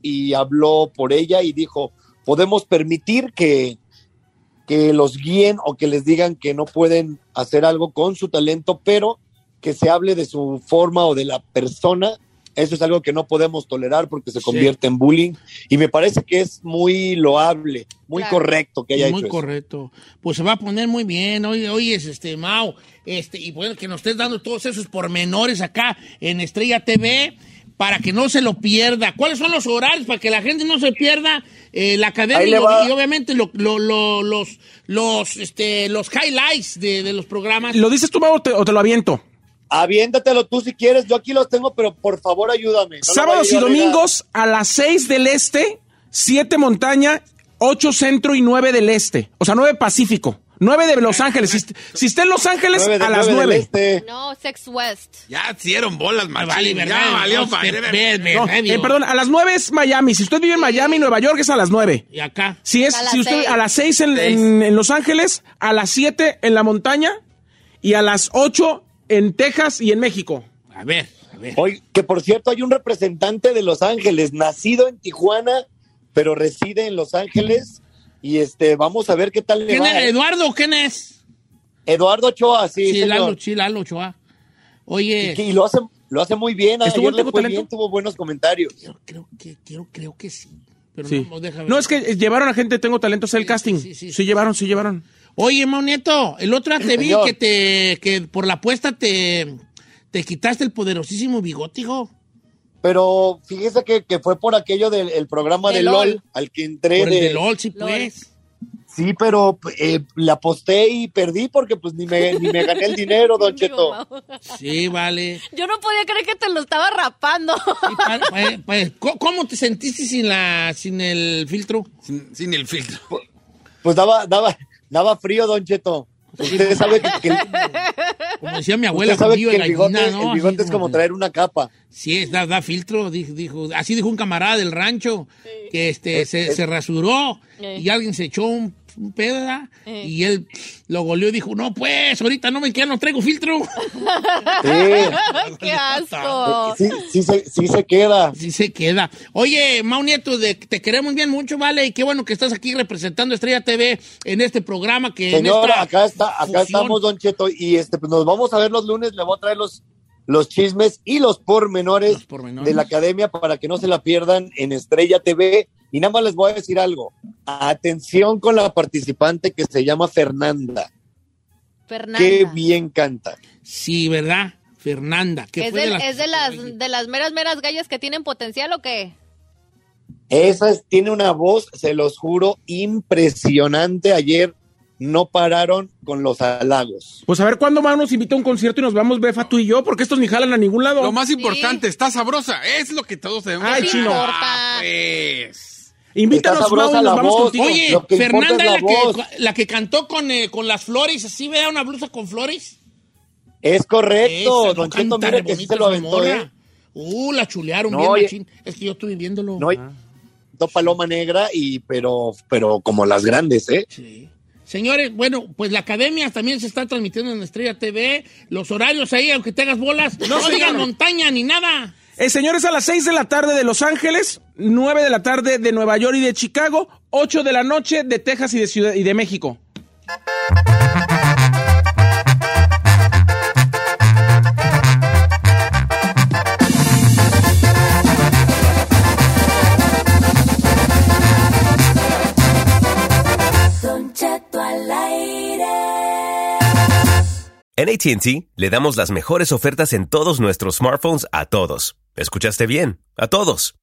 [SPEAKER 10] y habló por ella y dijo, podemos permitir que, que los guíen o que les digan que no pueden hacer algo con su talento, pero que se hable de su forma o de la persona. Eso es algo que no podemos tolerar porque se convierte en bullying y me parece que es muy loable, muy
[SPEAKER 3] Claro.
[SPEAKER 10] correcto que haya
[SPEAKER 3] Muy
[SPEAKER 10] hecho eso.
[SPEAKER 3] correcto. Pues se va a poner muy bien. Oye, oye, es este, Mau, este, y bueno, que nos estés dando todos esos pormenores acá en Estrella TV para que no se lo pierda. ¿Cuáles son los horarios para que la gente no se pierda eh, la academia
[SPEAKER 10] Ahí
[SPEAKER 3] y,
[SPEAKER 10] le
[SPEAKER 3] lo-
[SPEAKER 10] va.
[SPEAKER 3] y obviamente lo- lo- lo- los, los, este, los highlights de, de los programas?
[SPEAKER 5] ¿Lo dices tú, Mau, o te, o te lo aviento?
[SPEAKER 10] Aviéntatelo tú si quieres, yo aquí los tengo, pero por favor ayúdame. no lo
[SPEAKER 5] Sábados y
[SPEAKER 10] vaya yo a regar.
[SPEAKER 5] domingos a las 6 del este, 7 montaña, 8 centro y 9 del este. O sea, 9 pacífico. 9 de Los Ángeles. Si, est- si está en Los Ángeles,
[SPEAKER 6] Nueve de-
[SPEAKER 5] a las
[SPEAKER 6] nueve del
[SPEAKER 5] 9.
[SPEAKER 10] este.
[SPEAKER 4] No, Sex West.
[SPEAKER 6] Ya hicieron bolas,
[SPEAKER 3] Ah,
[SPEAKER 6] machín.
[SPEAKER 5] vale,
[SPEAKER 6] ya
[SPEAKER 5] ¿verdad?
[SPEAKER 6] valió
[SPEAKER 5] No,
[SPEAKER 6] padre,
[SPEAKER 5] te-
[SPEAKER 6] ver-
[SPEAKER 5] ver-
[SPEAKER 6] ver-
[SPEAKER 5] No,
[SPEAKER 6] ver-
[SPEAKER 5] eh, perdón, a las 9 es Miami. Si usted vive en Miami, Nueva York es a las 9.
[SPEAKER 3] Y acá.
[SPEAKER 5] Si es
[SPEAKER 3] A las
[SPEAKER 5] si usted
[SPEAKER 3] seis.
[SPEAKER 5] a las 6 en, en- en Los Ángeles, a las 7 en la montaña y a las 8 en Texas y en México.
[SPEAKER 3] A ver, a ver.
[SPEAKER 10] Hoy, que por cierto, hay un representante de Los Ángeles, nacido en Tijuana, pero reside en Los Ángeles. Y este, vamos a ver qué tal le
[SPEAKER 3] ¿Quién
[SPEAKER 10] va. ¿eh?
[SPEAKER 3] es? ¿Eduardo? ¿Quién es?
[SPEAKER 10] Eduardo Ochoa, sí,
[SPEAKER 3] Sí,
[SPEAKER 10] señor.
[SPEAKER 3] Lalo, sí, Lalo Ochoa. Oye.
[SPEAKER 10] Y, que- y lo hace, lo hace muy bien. ayer
[SPEAKER 3] ¿Estuvo en
[SPEAKER 10] le
[SPEAKER 3] Teco
[SPEAKER 10] fue
[SPEAKER 3] Talento?
[SPEAKER 10] bien, tuvo buenos comentarios.
[SPEAKER 3] Creo que, creo, creo que sí. Pero
[SPEAKER 5] Sí.
[SPEAKER 3] no, déjame
[SPEAKER 5] No, es que eh, llevaron a gente, tengo talento, es el casting. Sí, llevaron, sí llevaron.
[SPEAKER 3] Oye, Mau Nieto, el otro día te vi
[SPEAKER 5] Señor.
[SPEAKER 3] que te que por la apuesta te, te quitaste el poderosísimo bigote, hijo.
[SPEAKER 10] Pero fíjese que, que fue por aquello del el programa
[SPEAKER 3] De
[SPEAKER 10] de,
[SPEAKER 3] LOL.
[SPEAKER 10] LOL, al que entré.
[SPEAKER 3] Por el de LOL, sí, pues.
[SPEAKER 10] Sí, pero eh, la aposté y perdí porque pues ni me, ni me gané el dinero, Don Cheto.
[SPEAKER 3] Sí, vale.
[SPEAKER 4] Yo no podía creer que te lo estaba rapando.
[SPEAKER 3] Eh, pues, ¿cómo- ¿Cómo te sentiste sin la sin el filtro?
[SPEAKER 6] Sin, sin el filtro.
[SPEAKER 10] Pues daba, daba, daba frío, Don Cheto. Usted sabe que, que el-
[SPEAKER 3] Como decía mi abuela,
[SPEAKER 10] Usted sabe
[SPEAKER 3] judío
[SPEAKER 10] que
[SPEAKER 3] de
[SPEAKER 10] el bigote,
[SPEAKER 3] gallina, ¿no?
[SPEAKER 10] el bigote es como traer una capa.
[SPEAKER 3] Sí, es, da, da filtro, di- dijo, así dijo un camarada del rancho, que
[SPEAKER 10] Eh,
[SPEAKER 3] este, se, se rasuró
[SPEAKER 11] Eh.
[SPEAKER 3] y alguien se echó un, un pedo, ¿verdad?
[SPEAKER 11] Eh.
[SPEAKER 3] y él lo goleó y dijo, no, pues, ahorita no me queda, no traigo filtro.
[SPEAKER 4] ¡Qué asco!
[SPEAKER 10] eh, Sí, sí, se, sí se queda.
[SPEAKER 3] Sí se queda. Oye, Mau Nieto, de- te queremos bien mucho, ¿vale? Y qué bueno que estás aquí representando Estrella TV en este programa que... en
[SPEAKER 10] Señora,
[SPEAKER 3] esta
[SPEAKER 10] acá está, acá
[SPEAKER 3] fusión-
[SPEAKER 10] estamos, Don Cheto, y este, pues nos vamos a ver los lunes, le voy a traer los, los chismes y los pormenores, de la academia para que no se la pierdan en Estrella TV. Y nada más les voy a decir algo. Atención con la participante que se llama Fernanda.
[SPEAKER 4] Fernanda.
[SPEAKER 10] Qué bien canta.
[SPEAKER 3] Sí, ¿verdad? Fernanda, que
[SPEAKER 4] ¿Es,
[SPEAKER 3] fue
[SPEAKER 4] del-
[SPEAKER 3] de las-
[SPEAKER 4] es de las de las meras meras gallas que tienen potencial o qué?
[SPEAKER 10] Esa es- tiene una voz, se los juro, impresionante. Ayer no pararon con los halagos.
[SPEAKER 5] Pues a ver cuándo más nos invita a un concierto y nos vamos, Befa, tú y yo, porque estos ni jalan a ningún lado.
[SPEAKER 6] Lo más importante, está sabrosa. Es lo que todos debemos.
[SPEAKER 5] Ay,
[SPEAKER 6] de-
[SPEAKER 5] chino.
[SPEAKER 6] Ah, pues.
[SPEAKER 5] Invítanos, Mau, y nos vamos contigo.
[SPEAKER 3] Oye, Fernanda la, que, la que cantó con, eh, con las flores, así vea una blusa con flores.
[SPEAKER 10] Es correcto,
[SPEAKER 3] Esa, no
[SPEAKER 10] Don Cheto,
[SPEAKER 3] canta
[SPEAKER 10] mira
[SPEAKER 3] re
[SPEAKER 10] que sí
[SPEAKER 3] bonito
[SPEAKER 10] se lo
[SPEAKER 3] esa
[SPEAKER 10] aventó,
[SPEAKER 3] morra.
[SPEAKER 10] ¿eh?
[SPEAKER 3] Uh, la chulearon
[SPEAKER 10] No,
[SPEAKER 3] bien,
[SPEAKER 10] oye.
[SPEAKER 3] machín. Es que yo estuve viéndolo.
[SPEAKER 10] No, aventó Paloma Negra, y, pero, pero como las grandes, ¿eh?
[SPEAKER 3] Señores, bueno, pues la academia también se está transmitiendo en Estrella TV. Los horarios ahí, aunque tengas bolas, no,
[SPEAKER 5] No, señor.
[SPEAKER 3] digan montaña ni nada.
[SPEAKER 5] Eh, señores, a las 6 de la tarde de Los Ángeles, 9 de la tarde de Nueva York y de Chicago, 8 de la noche de Texas y de, Ciudad y de México.
[SPEAKER 9] Don Cheto al aire.
[SPEAKER 12] En ATT le damos las mejores ofertas en todos nuestros smartphones a todos. ¿Escuchaste bien? A todos.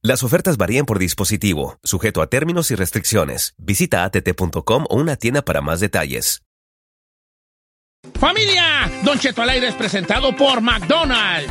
[SPEAKER 12] Las ofertas varían por dispositivo, sujeto a términos y restricciones. Visita att.com o una tienda para más detalles.
[SPEAKER 3] Familia, Don Cheto al aire es presentado por McDonald's.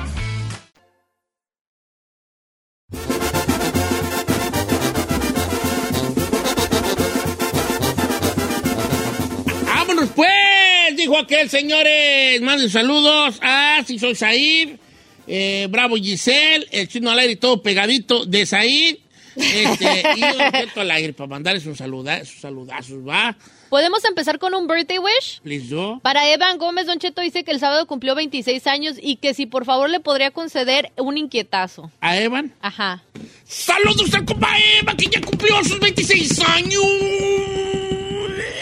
[SPEAKER 3] ¡Vámonos pues! Dijo aquel, señores. Manden saludos. Ah, sí, soy Said. Eh, bravo Giselle. El chino al aire todo pegadito de Said. Este, y Don Cheto al aire para mandarles un saluda- sus saludazos, ¿va?
[SPEAKER 4] ¿Podemos empezar con un birthday wish?
[SPEAKER 3] Please do.
[SPEAKER 4] Para Evan Gómez, Don Cheto dice que el sábado cumplió 26 años y que si por favor le podría conceder un inquietazo.
[SPEAKER 3] ¿A Evan?
[SPEAKER 4] Ajá.
[SPEAKER 3] ¡Saludos al compa Eva que ya cumplió sus 26 años!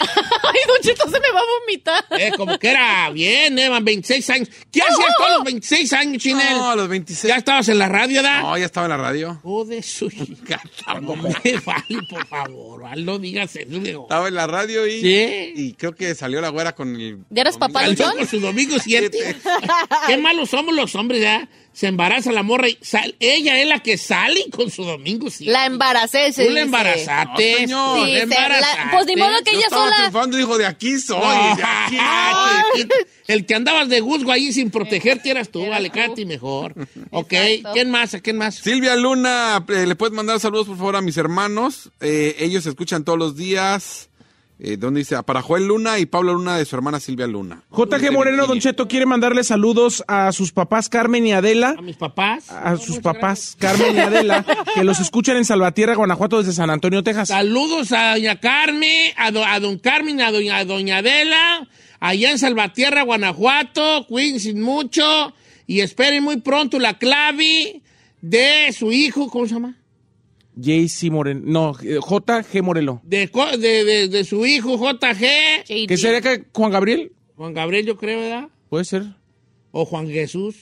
[SPEAKER 4] ¡Ay, Don Cheto se me va a vomitar!
[SPEAKER 3] Eh, como que era bien, Evan, 26 años. ¿Qué hacías tú a los 26 años, Chinel?
[SPEAKER 6] No, a
[SPEAKER 3] los 26. ¿Ya estabas en la radio, da?
[SPEAKER 6] No, ya estaba en la radio.
[SPEAKER 3] Joder, su hija, no me vale, por favor, Val, no digas eso, Diego.
[SPEAKER 6] Estaba en la radio y,
[SPEAKER 3] Sí.
[SPEAKER 6] y creo que salió la güera con el...
[SPEAKER 4] ¿Ya eras papá
[SPEAKER 3] Al
[SPEAKER 4] de John?
[SPEAKER 3] con su domingo 7. Qué malos somos los hombres, ¿ya? Se embaraza la morra y sal- ella es la que sale con su domingo 7.
[SPEAKER 4] La embaracé, se
[SPEAKER 3] Tú la
[SPEAKER 4] dice.
[SPEAKER 3] embarazaste.
[SPEAKER 6] No, señor,
[SPEAKER 4] Sí,
[SPEAKER 6] la
[SPEAKER 4] se-
[SPEAKER 6] embarazaste.
[SPEAKER 4] la- pues ni modo que
[SPEAKER 6] Yo
[SPEAKER 4] ella
[SPEAKER 6] estaba
[SPEAKER 4] sola-
[SPEAKER 6] triunfando, dijo, de aquí soy.
[SPEAKER 3] No.
[SPEAKER 6] de aquí.
[SPEAKER 3] Ah, El que andabas de juzgo ahí sin protegerte eras tú, vale, cállate mejor. Ok, ¿quién más? ¿A ¿Quién más?
[SPEAKER 6] Silvia Luna, eh, le puedes mandar saludos, por favor, a mis hermanos. Eh, ellos se escuchan todos los días. Eh, ¿Dónde dice? Para Joel Luna y Pablo Luna de su hermana Silvia Luna.
[SPEAKER 5] JG Moreno, Don Cheto, quiere mandarle saludos a sus papás Carmen y Adela.
[SPEAKER 3] ¿A mis papás?
[SPEAKER 4] Ah,
[SPEAKER 5] A sus papás Carmen y Adela, que los escuchan en Salvatierra, Guanajuato, desde San Antonio, Texas.
[SPEAKER 3] Saludos a doña Carmen, a, do- a don Carmen, a doña, a doña Adela, allá en Salvatierra, Guanajuato, Queen sin mucho, y esperen muy pronto la clave de su hijo, ¿cómo se llama?
[SPEAKER 5] JC Moreno. No, eh, JG Morelo.
[SPEAKER 3] De, co- de, de- de su hijo JG.
[SPEAKER 5] ¿Qué sería que Juan Gabriel?
[SPEAKER 3] Juan Gabriel, yo creo, ¿verdad?
[SPEAKER 5] Puede ser.
[SPEAKER 3] O Juan Jesús.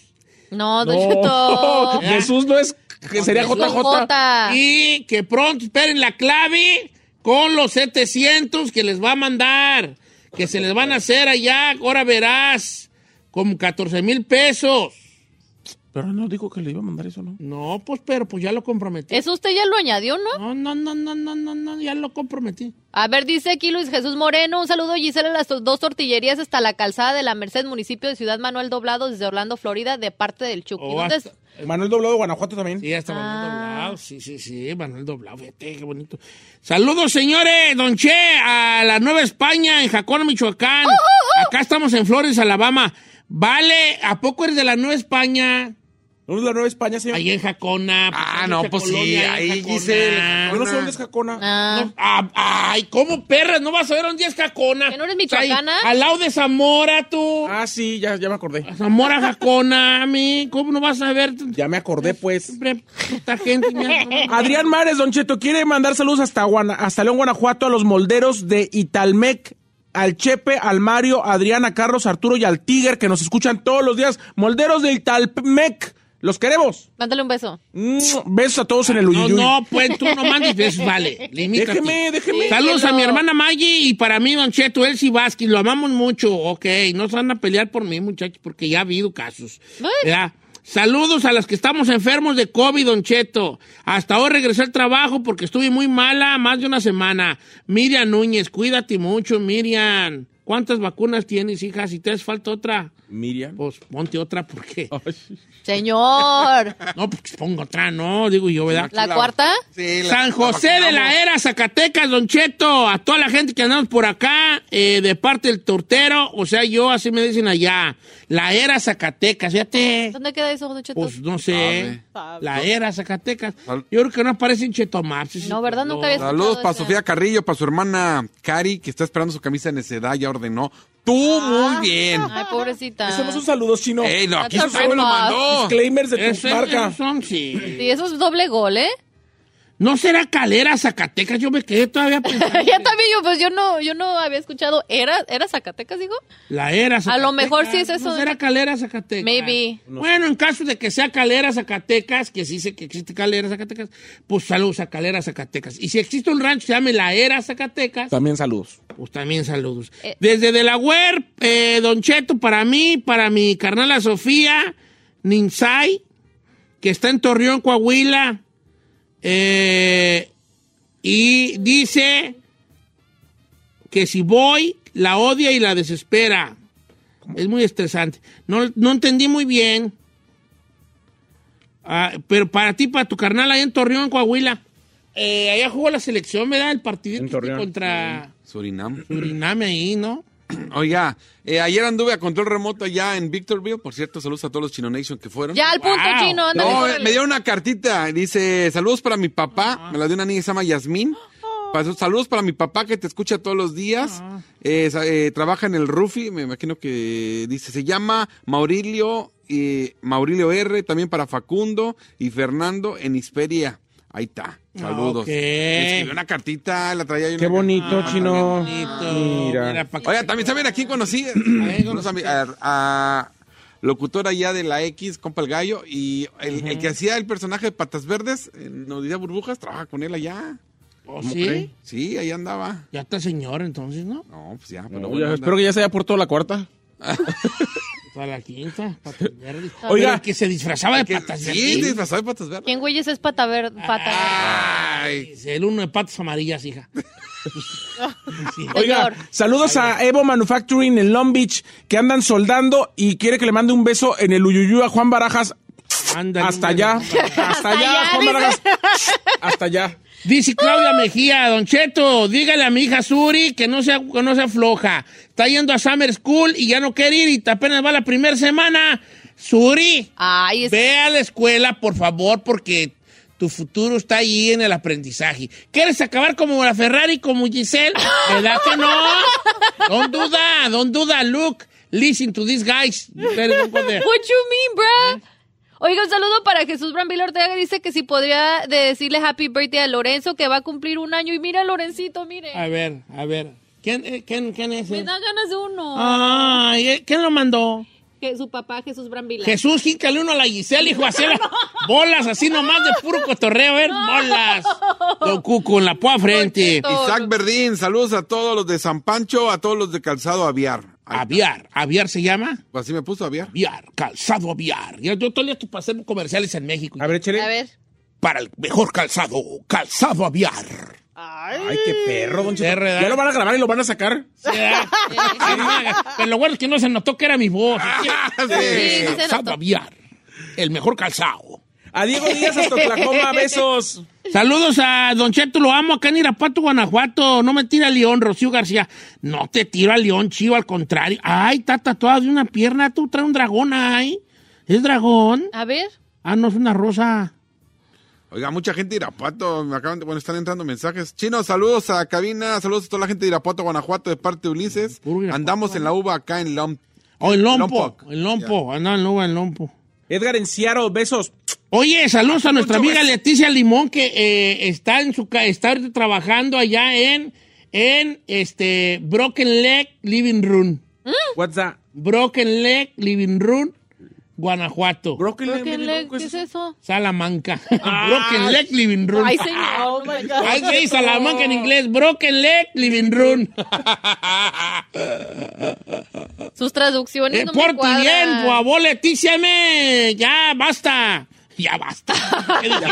[SPEAKER 4] No,
[SPEAKER 3] Don
[SPEAKER 4] Cheto.
[SPEAKER 5] Oh, Jesús no es. Que
[SPEAKER 3] Juan
[SPEAKER 5] sería
[SPEAKER 3] Jesús.
[SPEAKER 5] JJ.
[SPEAKER 4] Ah.
[SPEAKER 3] Y que pronto esperen la clave con los 700 que les va a mandar. Que se les van a hacer allá. Ahora verás. Como 14 mil pesos.
[SPEAKER 5] Pero no dijo que le iba a mandar eso, ¿no?
[SPEAKER 3] No, pues, pero pues ya lo comprometí.
[SPEAKER 4] Eso usted ya lo añadió, ¿no?
[SPEAKER 3] No, no, no, no, no, no, no, ya lo comprometí.
[SPEAKER 4] A ver, dice aquí Luis Jesús Moreno, un saludo Gisela, las to- dos tortillerías hasta la calzada de la Merced, municipio de Ciudad Manuel Doblado, desde Orlando, Florida, de parte del Chucky.
[SPEAKER 3] Oh,
[SPEAKER 4] ¿Dónde es? Ah.
[SPEAKER 5] Manuel Doblado de Guanajuato también.
[SPEAKER 3] Sí, hasta Manuel Doblado. Sí, sí, sí, Manuel Doblado. Fíjate, qué bonito. Saludos, señores. Don Che, a la Nueva España, en Jacona, Michoacán.
[SPEAKER 4] Oh,
[SPEAKER 3] Acá estamos en Flores, Alabama. Vale, ¿a poco eres de la Nueva España?
[SPEAKER 5] ¿No es la Nueva España, señor?
[SPEAKER 3] Ahí en Jacona.
[SPEAKER 6] Ah,
[SPEAKER 3] hay
[SPEAKER 6] no,
[SPEAKER 3] mucha
[SPEAKER 6] pues sí,
[SPEAKER 3] colonia en
[SPEAKER 6] ahí,
[SPEAKER 3] Jacona.
[SPEAKER 6] Giselle,
[SPEAKER 5] Yo no sé dónde es Jacona.
[SPEAKER 3] No, ah, ay, ¿cómo perras? ¿No vas a ver dónde es Jacona?
[SPEAKER 4] ¿Que no eres
[SPEAKER 3] O sea, ahí,
[SPEAKER 4] michoacana?
[SPEAKER 3] al lado de Zamora, tú.
[SPEAKER 5] Ah, sí, ya, ya me acordé.
[SPEAKER 3] Zamora, Jacona, mi. ¿Cómo no vas a ver?
[SPEAKER 5] Ya me acordé, pues.
[SPEAKER 3] Siempre esta gente. me-
[SPEAKER 5] Adrián Mares, Don Cheto, quiere mandar saludos hasta, Guana- hasta León, Guanajuato, a los molderos de Italmec, al Chepe, al Mario, a Adriana, a Carlos, a Arturo y al Tiger, que nos escuchan todos los días. Molderos de Italmec, los queremos.
[SPEAKER 4] Mándale un beso.
[SPEAKER 5] Mm, Besos a todos en el
[SPEAKER 3] No,
[SPEAKER 5] Uyuyuy.
[SPEAKER 3] no, Eh. pues tú no mandes besos, vale. Limítate.
[SPEAKER 5] Déjeme, déjeme.
[SPEAKER 3] Saludos a
[SPEAKER 4] Déjelo.
[SPEAKER 3] mi hermana Maggie y para mí, Don Cheto, Elsie Vázquez. Lo amamos mucho, ok. No se van a pelear por mí, muchachos, porque ya ha habido casos.
[SPEAKER 4] Bueno.
[SPEAKER 3] ¿verdad? Saludos a las que estamos enfermos de COVID, Don Cheto. Hasta hoy regresé al trabajo porque estuve muy mala más de una semana. Miriam Núñez, cuídate mucho, Miriam. ¿Cuántas vacunas tienes, hija? Si te hace falta otra,
[SPEAKER 5] Miriam.
[SPEAKER 3] pues ponte otra, porque
[SPEAKER 4] Señor,
[SPEAKER 3] No, pues pongo otra, no, digo yo, ¿verdad?
[SPEAKER 4] ¿la cuarta?
[SPEAKER 6] Sí, la-
[SPEAKER 3] San José de
[SPEAKER 6] vacunamos.
[SPEAKER 3] la Era, Zacatecas, Don Cheto, a toda la gente que andamos por acá, eh, de parte del tortero, o sea, yo así me dicen allá, la Era, Zacatecas, fíjate,
[SPEAKER 4] ¿Dónde queda eso, Don Cheto?
[SPEAKER 3] pues no sé,
[SPEAKER 7] Sabe.
[SPEAKER 3] la Era, Zacatecas,
[SPEAKER 6] Sal-
[SPEAKER 3] yo creo que no aparece en Chetomap. sí, sí,
[SPEAKER 4] No, ¿verdad?
[SPEAKER 3] no.
[SPEAKER 4] Nunca había escuchado
[SPEAKER 6] Saludos para
[SPEAKER 4] ese.
[SPEAKER 6] Sofía Carrillo, para su hermana Cari, que está esperando su camisa de necedad, ya ordenó. Tú
[SPEAKER 4] Ah,
[SPEAKER 6] muy bien.
[SPEAKER 4] Ay, pobrecita.
[SPEAKER 5] Eso no son saludos, chino.
[SPEAKER 6] Ey, no, aquí
[SPEAKER 4] That's
[SPEAKER 6] su suegro lo
[SPEAKER 4] right,
[SPEAKER 6] mandó.
[SPEAKER 5] Disclaimers de tu
[SPEAKER 3] Ese-
[SPEAKER 5] marca.
[SPEAKER 3] esos son, sí.
[SPEAKER 4] Sí, eso es doble gol, ¿eh?
[SPEAKER 3] No será Calera, Zacatecas, yo me quedé todavía pensando.
[SPEAKER 4] ya también yo, pues yo no, yo no había escuchado. ¿Era, era Zacatecas, digo?
[SPEAKER 3] La era Zacatecas.
[SPEAKER 4] lo mejor sí es eso,
[SPEAKER 3] ¿No
[SPEAKER 4] don
[SPEAKER 3] será
[SPEAKER 4] Cheto.
[SPEAKER 3] Calera Zacatecas?
[SPEAKER 4] Maybe.
[SPEAKER 3] Bueno, en caso de que sea Calera Zacatecas, que sí sé que existe Calera Zacatecas, pues saludos a Calera Zacatecas. Y si existe un rancho que se llame La Era Zacatecas,
[SPEAKER 5] También saludos.
[SPEAKER 3] pues también saludos.
[SPEAKER 4] Eh.
[SPEAKER 3] Desde Delaware, eh, Don Cheto, para mí, para mi carnala Sofía Ninsay, que está en Torreón, Coahuila, eh, y dice que si voy, la odia y la desespera. Es muy estresante. No, no entendí muy bien. Ah, pero para ti, para tu carnal ahí en Torreón, Coahuila. eh, allá jugó la selección, ¿verdad? El partidito
[SPEAKER 5] En Torreón,
[SPEAKER 3] contra
[SPEAKER 6] Surinam.
[SPEAKER 3] Suriname ahí, ¿no?
[SPEAKER 6] Oiga, eh, ayer anduve a control remoto allá en Victorville. Por cierto, saludos a todos los Chino Nation que fueron.
[SPEAKER 4] Ya, al punto
[SPEAKER 3] Wow.
[SPEAKER 4] chino, ándale.
[SPEAKER 6] No, eh,
[SPEAKER 4] órale.
[SPEAKER 6] me dieron una cartita. Dice, saludos para mi papá. Me la dio una niña que se llama Yasmín. Pas- Saludos para mi papá que te escucha todos los días. Eh, sa- eh, trabaja en el Rufi, me imagino que dice. Se llama Maurilio, eh, Maurilio R. También para Facundo y Fernando en Hisperia. Ahí está. Saludos.
[SPEAKER 3] ok.
[SPEAKER 6] Me escribió una cartita, la traía yo. en
[SPEAKER 5] Qué
[SPEAKER 6] la-
[SPEAKER 5] bonito, chino.
[SPEAKER 3] Ah, Bonito.
[SPEAKER 5] Ah, Mira.
[SPEAKER 3] Mira, pa' que-
[SPEAKER 6] Oiga, también saben aquí conocí unos ami- a, a locutora ya de la X, compa el gallo, y el, el que hacía el personaje de Patas Verdes, eh, nos diría burbujas, trabaja con él allá.
[SPEAKER 3] ¿Oh,
[SPEAKER 6] ¿Cómo
[SPEAKER 3] sí?
[SPEAKER 6] cree? Sí, ahí andaba.
[SPEAKER 3] Ya está señor, entonces, ¿no?
[SPEAKER 6] No, pues ya, pero
[SPEAKER 5] No,
[SPEAKER 6] bueno,
[SPEAKER 5] ya,
[SPEAKER 6] anda.
[SPEAKER 5] espero que ya se haya puesto la cuarta.
[SPEAKER 3] Para la quinta, patas verdes.
[SPEAKER 5] Oiga.
[SPEAKER 3] Pero que se disfrazaba de
[SPEAKER 6] Que-
[SPEAKER 3] patas
[SPEAKER 6] Sí,
[SPEAKER 3] verdes.
[SPEAKER 6] disfrazado de Patas Verdes.
[SPEAKER 4] ¿Quién güeyes es pata ver-
[SPEAKER 3] Ah.
[SPEAKER 4] pata
[SPEAKER 6] Ay,
[SPEAKER 3] El uno de patas amarillas, hija.
[SPEAKER 5] Oiga,
[SPEAKER 4] Señor.
[SPEAKER 5] saludos a Evo Manufacturing en Long Beach, que andan soldando y quiere que le mande un beso en el Uyuyú a Juan Barajas.
[SPEAKER 3] Ándale,
[SPEAKER 5] Hasta
[SPEAKER 3] ándale.
[SPEAKER 5] allá. Hasta allá,
[SPEAKER 4] allá,
[SPEAKER 5] Juan
[SPEAKER 4] dice.
[SPEAKER 5] Barajas. Hasta allá.
[SPEAKER 3] Dice Claudia Mejía, Don Cheto, dígale a mi hija Suri que no sea, que no sea floja. Está yendo a Summer School y ya no quiere ir y apenas va la primera semana. Suri,
[SPEAKER 4] Ay, es...
[SPEAKER 3] ve a la escuela, por favor, porque tu futuro está ahí en el aprendizaje. ¿Quieres acabar como la Ferrari, como Giselle? ¿Verdad que no? Don duda, don duda, look, listen to these guys. Ustedes no pueden-
[SPEAKER 4] What you mean, bruh? Oiga, un saludo para Jesús Brambila Ortega que dice que si podría de decirle happy birthday a Lorenzo que va a cumplir un año. Y mira, Lorencito, mire.
[SPEAKER 3] A ver, a ver. ¿Quién, eh, quién, quién es?
[SPEAKER 4] Me
[SPEAKER 3] él?
[SPEAKER 4] da ganas de uno.
[SPEAKER 3] Ah. Ay, eh, ¿quién lo mandó?
[SPEAKER 4] Que su papá, Jesús Brambila.
[SPEAKER 3] Jesús, jínchale uno a la Giselle, hijo, así era- bolas, así nomás de puro cotorreo, a ver, bolas. Don Cuco en la pua frente.
[SPEAKER 6] Isaac Verdín, saludos a todos los de San Pancho, a todos los de Calzado Aviar.
[SPEAKER 3] Aviar, ¿Aviar se llama?
[SPEAKER 6] Así me puso Aviar.
[SPEAKER 3] Aviar, calzado aviar. Yo, yo estoy listo para hacer comerciales en México. A ver,
[SPEAKER 4] A ver.
[SPEAKER 3] Para el mejor calzado, calzado aviar.
[SPEAKER 5] Ay, qué perro, don Cheto. Ya lo van a grabar y lo van a sacar.
[SPEAKER 3] Pero lo bueno es que no se notó que era mi voz.
[SPEAKER 5] sí.
[SPEAKER 3] calzado aviar. El mejor calzado.
[SPEAKER 5] A Diego Díaz hasta Oklahoma, besos.
[SPEAKER 3] Saludos a Don Cheto, lo amo acá en Irapuato, Guanajuato. No me tira a León, Rocío García. No te tiro a León, chivo, al contrario. Ay, está tatuada de una pierna. Tú traes un dragón ahí. ¿Es dragón?
[SPEAKER 4] A ver.
[SPEAKER 3] Ah, no, es una rosa.
[SPEAKER 6] Oiga, mucha gente de Irapuato, me acaban de- bueno, están entrando mensajes. Chino, saludos a cabina, saludos a toda la gente de Irapuato, Guanajuato, de parte de Ulises. Andamos en la uva acá en Lom.
[SPEAKER 3] Oh, en Lompo. En Lompo. Ah, no, en Lompo, en Lompo.
[SPEAKER 5] Edgar Enciaro, besos.
[SPEAKER 3] Oye, saludos a nuestra
[SPEAKER 5] Mucho
[SPEAKER 3] amiga
[SPEAKER 5] beso.
[SPEAKER 3] Leticia Limón, que eh, está en su ca- está ahorita trabajando allá en, en este Broken Leg Living Room.
[SPEAKER 5] What's that?
[SPEAKER 3] Broken Leg Living Room, Guanajuato.
[SPEAKER 5] Broken,
[SPEAKER 4] ¿Qué, le- qué es eso?
[SPEAKER 3] Salamanca. Broken Leg Living Room.
[SPEAKER 4] Ay, señor.
[SPEAKER 7] Oh my God.
[SPEAKER 3] Ay, Ah, güey, Salamanca en inglés. Broken Leg Living Room.
[SPEAKER 4] Sus traducciones
[SPEAKER 3] Eh,
[SPEAKER 4] no
[SPEAKER 3] por
[SPEAKER 4] me
[SPEAKER 3] tu
[SPEAKER 4] cuadran.
[SPEAKER 3] bien, por favor, Leticia, me. Ya, basta. Ya basta. ¿Qué dije?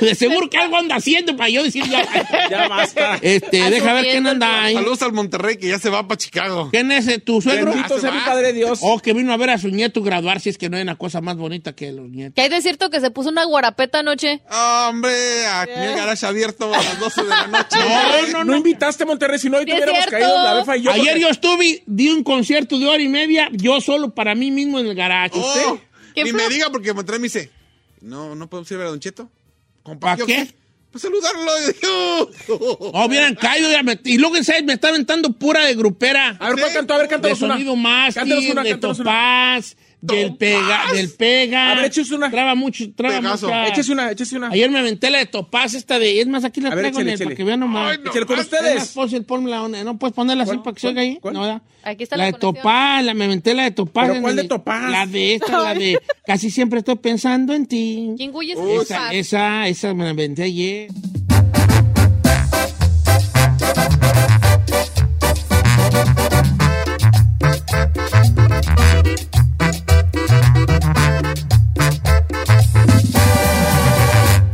[SPEAKER 3] De seguro que algo anda haciendo para yo decir ya.
[SPEAKER 5] Ya basta.
[SPEAKER 3] Este, deja ver quién anda ahí.
[SPEAKER 6] Saludos al Monterrey, que ya se va para Chicago.
[SPEAKER 3] ¿Quién es eh, tu suegro?
[SPEAKER 6] Ah,
[SPEAKER 5] Bendito sea mi
[SPEAKER 6] padre
[SPEAKER 5] Dios.
[SPEAKER 3] Oh, que vino a ver a su nieto graduarse. Es que no hay una cosa más bonita que los nietos.
[SPEAKER 4] ¿Qué hay de cierto que se puso una guarapeta anoche?
[SPEAKER 6] Hombre, aquí el garage abierto a las 12 de la noche.
[SPEAKER 3] No, no,
[SPEAKER 5] No invitaste a Monterrey, si no, hoy
[SPEAKER 4] Sí,
[SPEAKER 5] te
[SPEAKER 4] es
[SPEAKER 5] hubiéramos
[SPEAKER 4] cierto.
[SPEAKER 5] caído la befa y yo.
[SPEAKER 3] Ayer yo estuve, di un concierto de hora y media, yo solo para mí mismo en el garaje.
[SPEAKER 6] Oh,
[SPEAKER 4] ¿Qué
[SPEAKER 6] ni
[SPEAKER 4] fue?
[SPEAKER 6] me diga porque Monterrey me dice, no, no podemos ir a ver a Don Cheto.
[SPEAKER 3] ¿Para
[SPEAKER 6] Yo,
[SPEAKER 3] qué?
[SPEAKER 6] Pues saludarlo. Y dije, "Oh".
[SPEAKER 3] Oh, hubieran caído. ya me- Y luego el seis me está aventando pura de grupera.
[SPEAKER 5] A ver, ¿cuál cantó? A ver,
[SPEAKER 3] De
[SPEAKER 5] cántanos una.
[SPEAKER 3] sonido mástil,
[SPEAKER 5] Cántanos una,
[SPEAKER 3] de
[SPEAKER 5] cántanos una.
[SPEAKER 3] topaz, del pega, del pega.
[SPEAKER 5] A ver, échese una.
[SPEAKER 3] Traba mucho, traba
[SPEAKER 6] Pegaso.
[SPEAKER 3] mucha.
[SPEAKER 5] Échese una, échese una.
[SPEAKER 3] Ayer me aventé la de topaz esta de... Es más, aquí la
[SPEAKER 5] A ver,
[SPEAKER 3] traigo en
[SPEAKER 5] échele,
[SPEAKER 3] el, para
[SPEAKER 5] échele.
[SPEAKER 3] que vean nomás.
[SPEAKER 6] Ay, no.
[SPEAKER 5] Échale con
[SPEAKER 6] Ah,
[SPEAKER 3] Es más
[SPEAKER 5] ustedes.
[SPEAKER 3] fácil, ponmela, una- no puedes ponerla así
[SPEAKER 5] ¿Cuál?
[SPEAKER 3] para que se oiga ahí.
[SPEAKER 5] ¿Cuál?
[SPEAKER 3] ¿no, verdad?
[SPEAKER 4] Aquí está
[SPEAKER 3] la
[SPEAKER 4] la,
[SPEAKER 3] de
[SPEAKER 4] conexión.
[SPEAKER 3] Topaz, la, me aventé la de Topaz.
[SPEAKER 5] ¿Pero
[SPEAKER 3] en
[SPEAKER 5] cuál
[SPEAKER 3] el-
[SPEAKER 5] de Topaz?
[SPEAKER 3] La de esta, la de casi siempre estoy pensando en ti.
[SPEAKER 4] ¿Quién güey es
[SPEAKER 3] Esa,
[SPEAKER 4] Topaz?
[SPEAKER 3] esa, esa me la inventé ayer.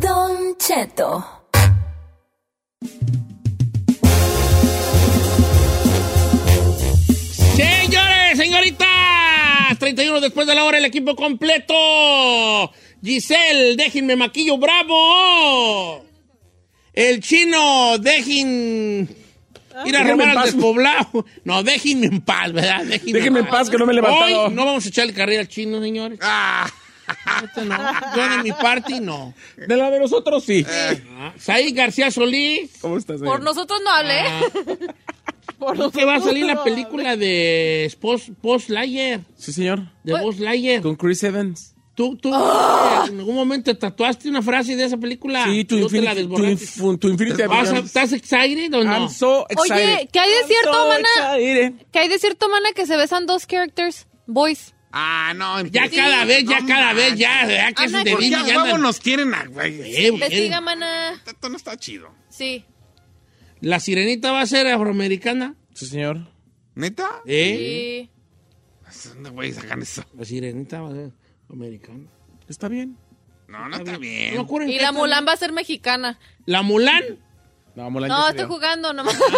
[SPEAKER 9] Don Cheto.
[SPEAKER 3] Señores, señoritas, 31 después de la hora, el equipo completo. Giselle, déjenme maquillo bravo. El chino, dejen ir a
[SPEAKER 5] Déjenme
[SPEAKER 3] robar
[SPEAKER 5] Ah, en
[SPEAKER 3] al
[SPEAKER 5] paz.
[SPEAKER 3] despoblado. No, déjenme en paz, ¿verdad? Déjenme,
[SPEAKER 5] Déjenme en paz, que no me he levantado.
[SPEAKER 3] Hoy no vamos a echarle carrera al chino, señores.
[SPEAKER 6] Ah,
[SPEAKER 3] Esto no. Yo de mi parte, no.
[SPEAKER 5] De la de nosotros, sí.
[SPEAKER 3] Ah, Saí García Solís.
[SPEAKER 5] ¿Cómo estás?
[SPEAKER 4] Por
[SPEAKER 5] señor?
[SPEAKER 4] nosotros no hable. ¿eh?
[SPEAKER 3] Ah, que va a salir la película de Post, Post Layer,
[SPEAKER 5] Sí, señor.
[SPEAKER 3] de Post Layer.
[SPEAKER 5] Con Chris Evans.
[SPEAKER 3] ¿Tú, tú
[SPEAKER 4] ¡Ah!
[SPEAKER 3] en algún momento tatuaste una frase de esa película?
[SPEAKER 5] Sí, tu
[SPEAKER 3] Yo Ah, te la
[SPEAKER 5] Infinity. Tu,
[SPEAKER 3] desborraste.
[SPEAKER 5] inf- tu Infinity
[SPEAKER 3] ¿Vas a-
[SPEAKER 5] Avengers.
[SPEAKER 3] ¿Estás excited o no?
[SPEAKER 5] I'm so excited.
[SPEAKER 4] Oye, ¿qué hay de
[SPEAKER 5] I'm
[SPEAKER 4] cierto,
[SPEAKER 5] so
[SPEAKER 4] mana?
[SPEAKER 5] excited.
[SPEAKER 4] Que hay de cierto, mana, que se besan dos characters, boys.
[SPEAKER 6] ah, no.
[SPEAKER 3] ya
[SPEAKER 6] empieza.
[SPEAKER 3] cada vez, ya
[SPEAKER 6] No
[SPEAKER 3] cada vez, ya.
[SPEAKER 6] manches.
[SPEAKER 3] ya que
[SPEAKER 4] Ana,
[SPEAKER 3] se
[SPEAKER 6] ¿Por qué
[SPEAKER 3] divide,
[SPEAKER 6] a
[SPEAKER 3] ya
[SPEAKER 6] huevo
[SPEAKER 3] andan-
[SPEAKER 6] nos quieren? ah, güey?
[SPEAKER 3] Eh,
[SPEAKER 4] Investiga,
[SPEAKER 3] eh,
[SPEAKER 4] mana.
[SPEAKER 6] Esto no está chido.
[SPEAKER 4] Sí.
[SPEAKER 3] La sirenita va a ser afroamericana.
[SPEAKER 5] Sí, señor.
[SPEAKER 6] ¿Neta? Pues,
[SPEAKER 3] ¿Eh?
[SPEAKER 4] Sí.
[SPEAKER 6] ¿Dónde güey sacan eso?
[SPEAKER 3] La sirenita va a ser americana.
[SPEAKER 5] Está bien.
[SPEAKER 6] No, no está bien.
[SPEAKER 3] ¿No ocurre en
[SPEAKER 4] Mm. Y
[SPEAKER 3] qué
[SPEAKER 4] la
[SPEAKER 3] está-
[SPEAKER 4] Mulan va a ser mexicana.
[SPEAKER 3] ¿La Mulan?
[SPEAKER 5] No, Mulan ya
[SPEAKER 4] No,
[SPEAKER 5] se
[SPEAKER 4] estoy
[SPEAKER 5] dio.
[SPEAKER 4] jugando nomás.
[SPEAKER 3] ¿Qué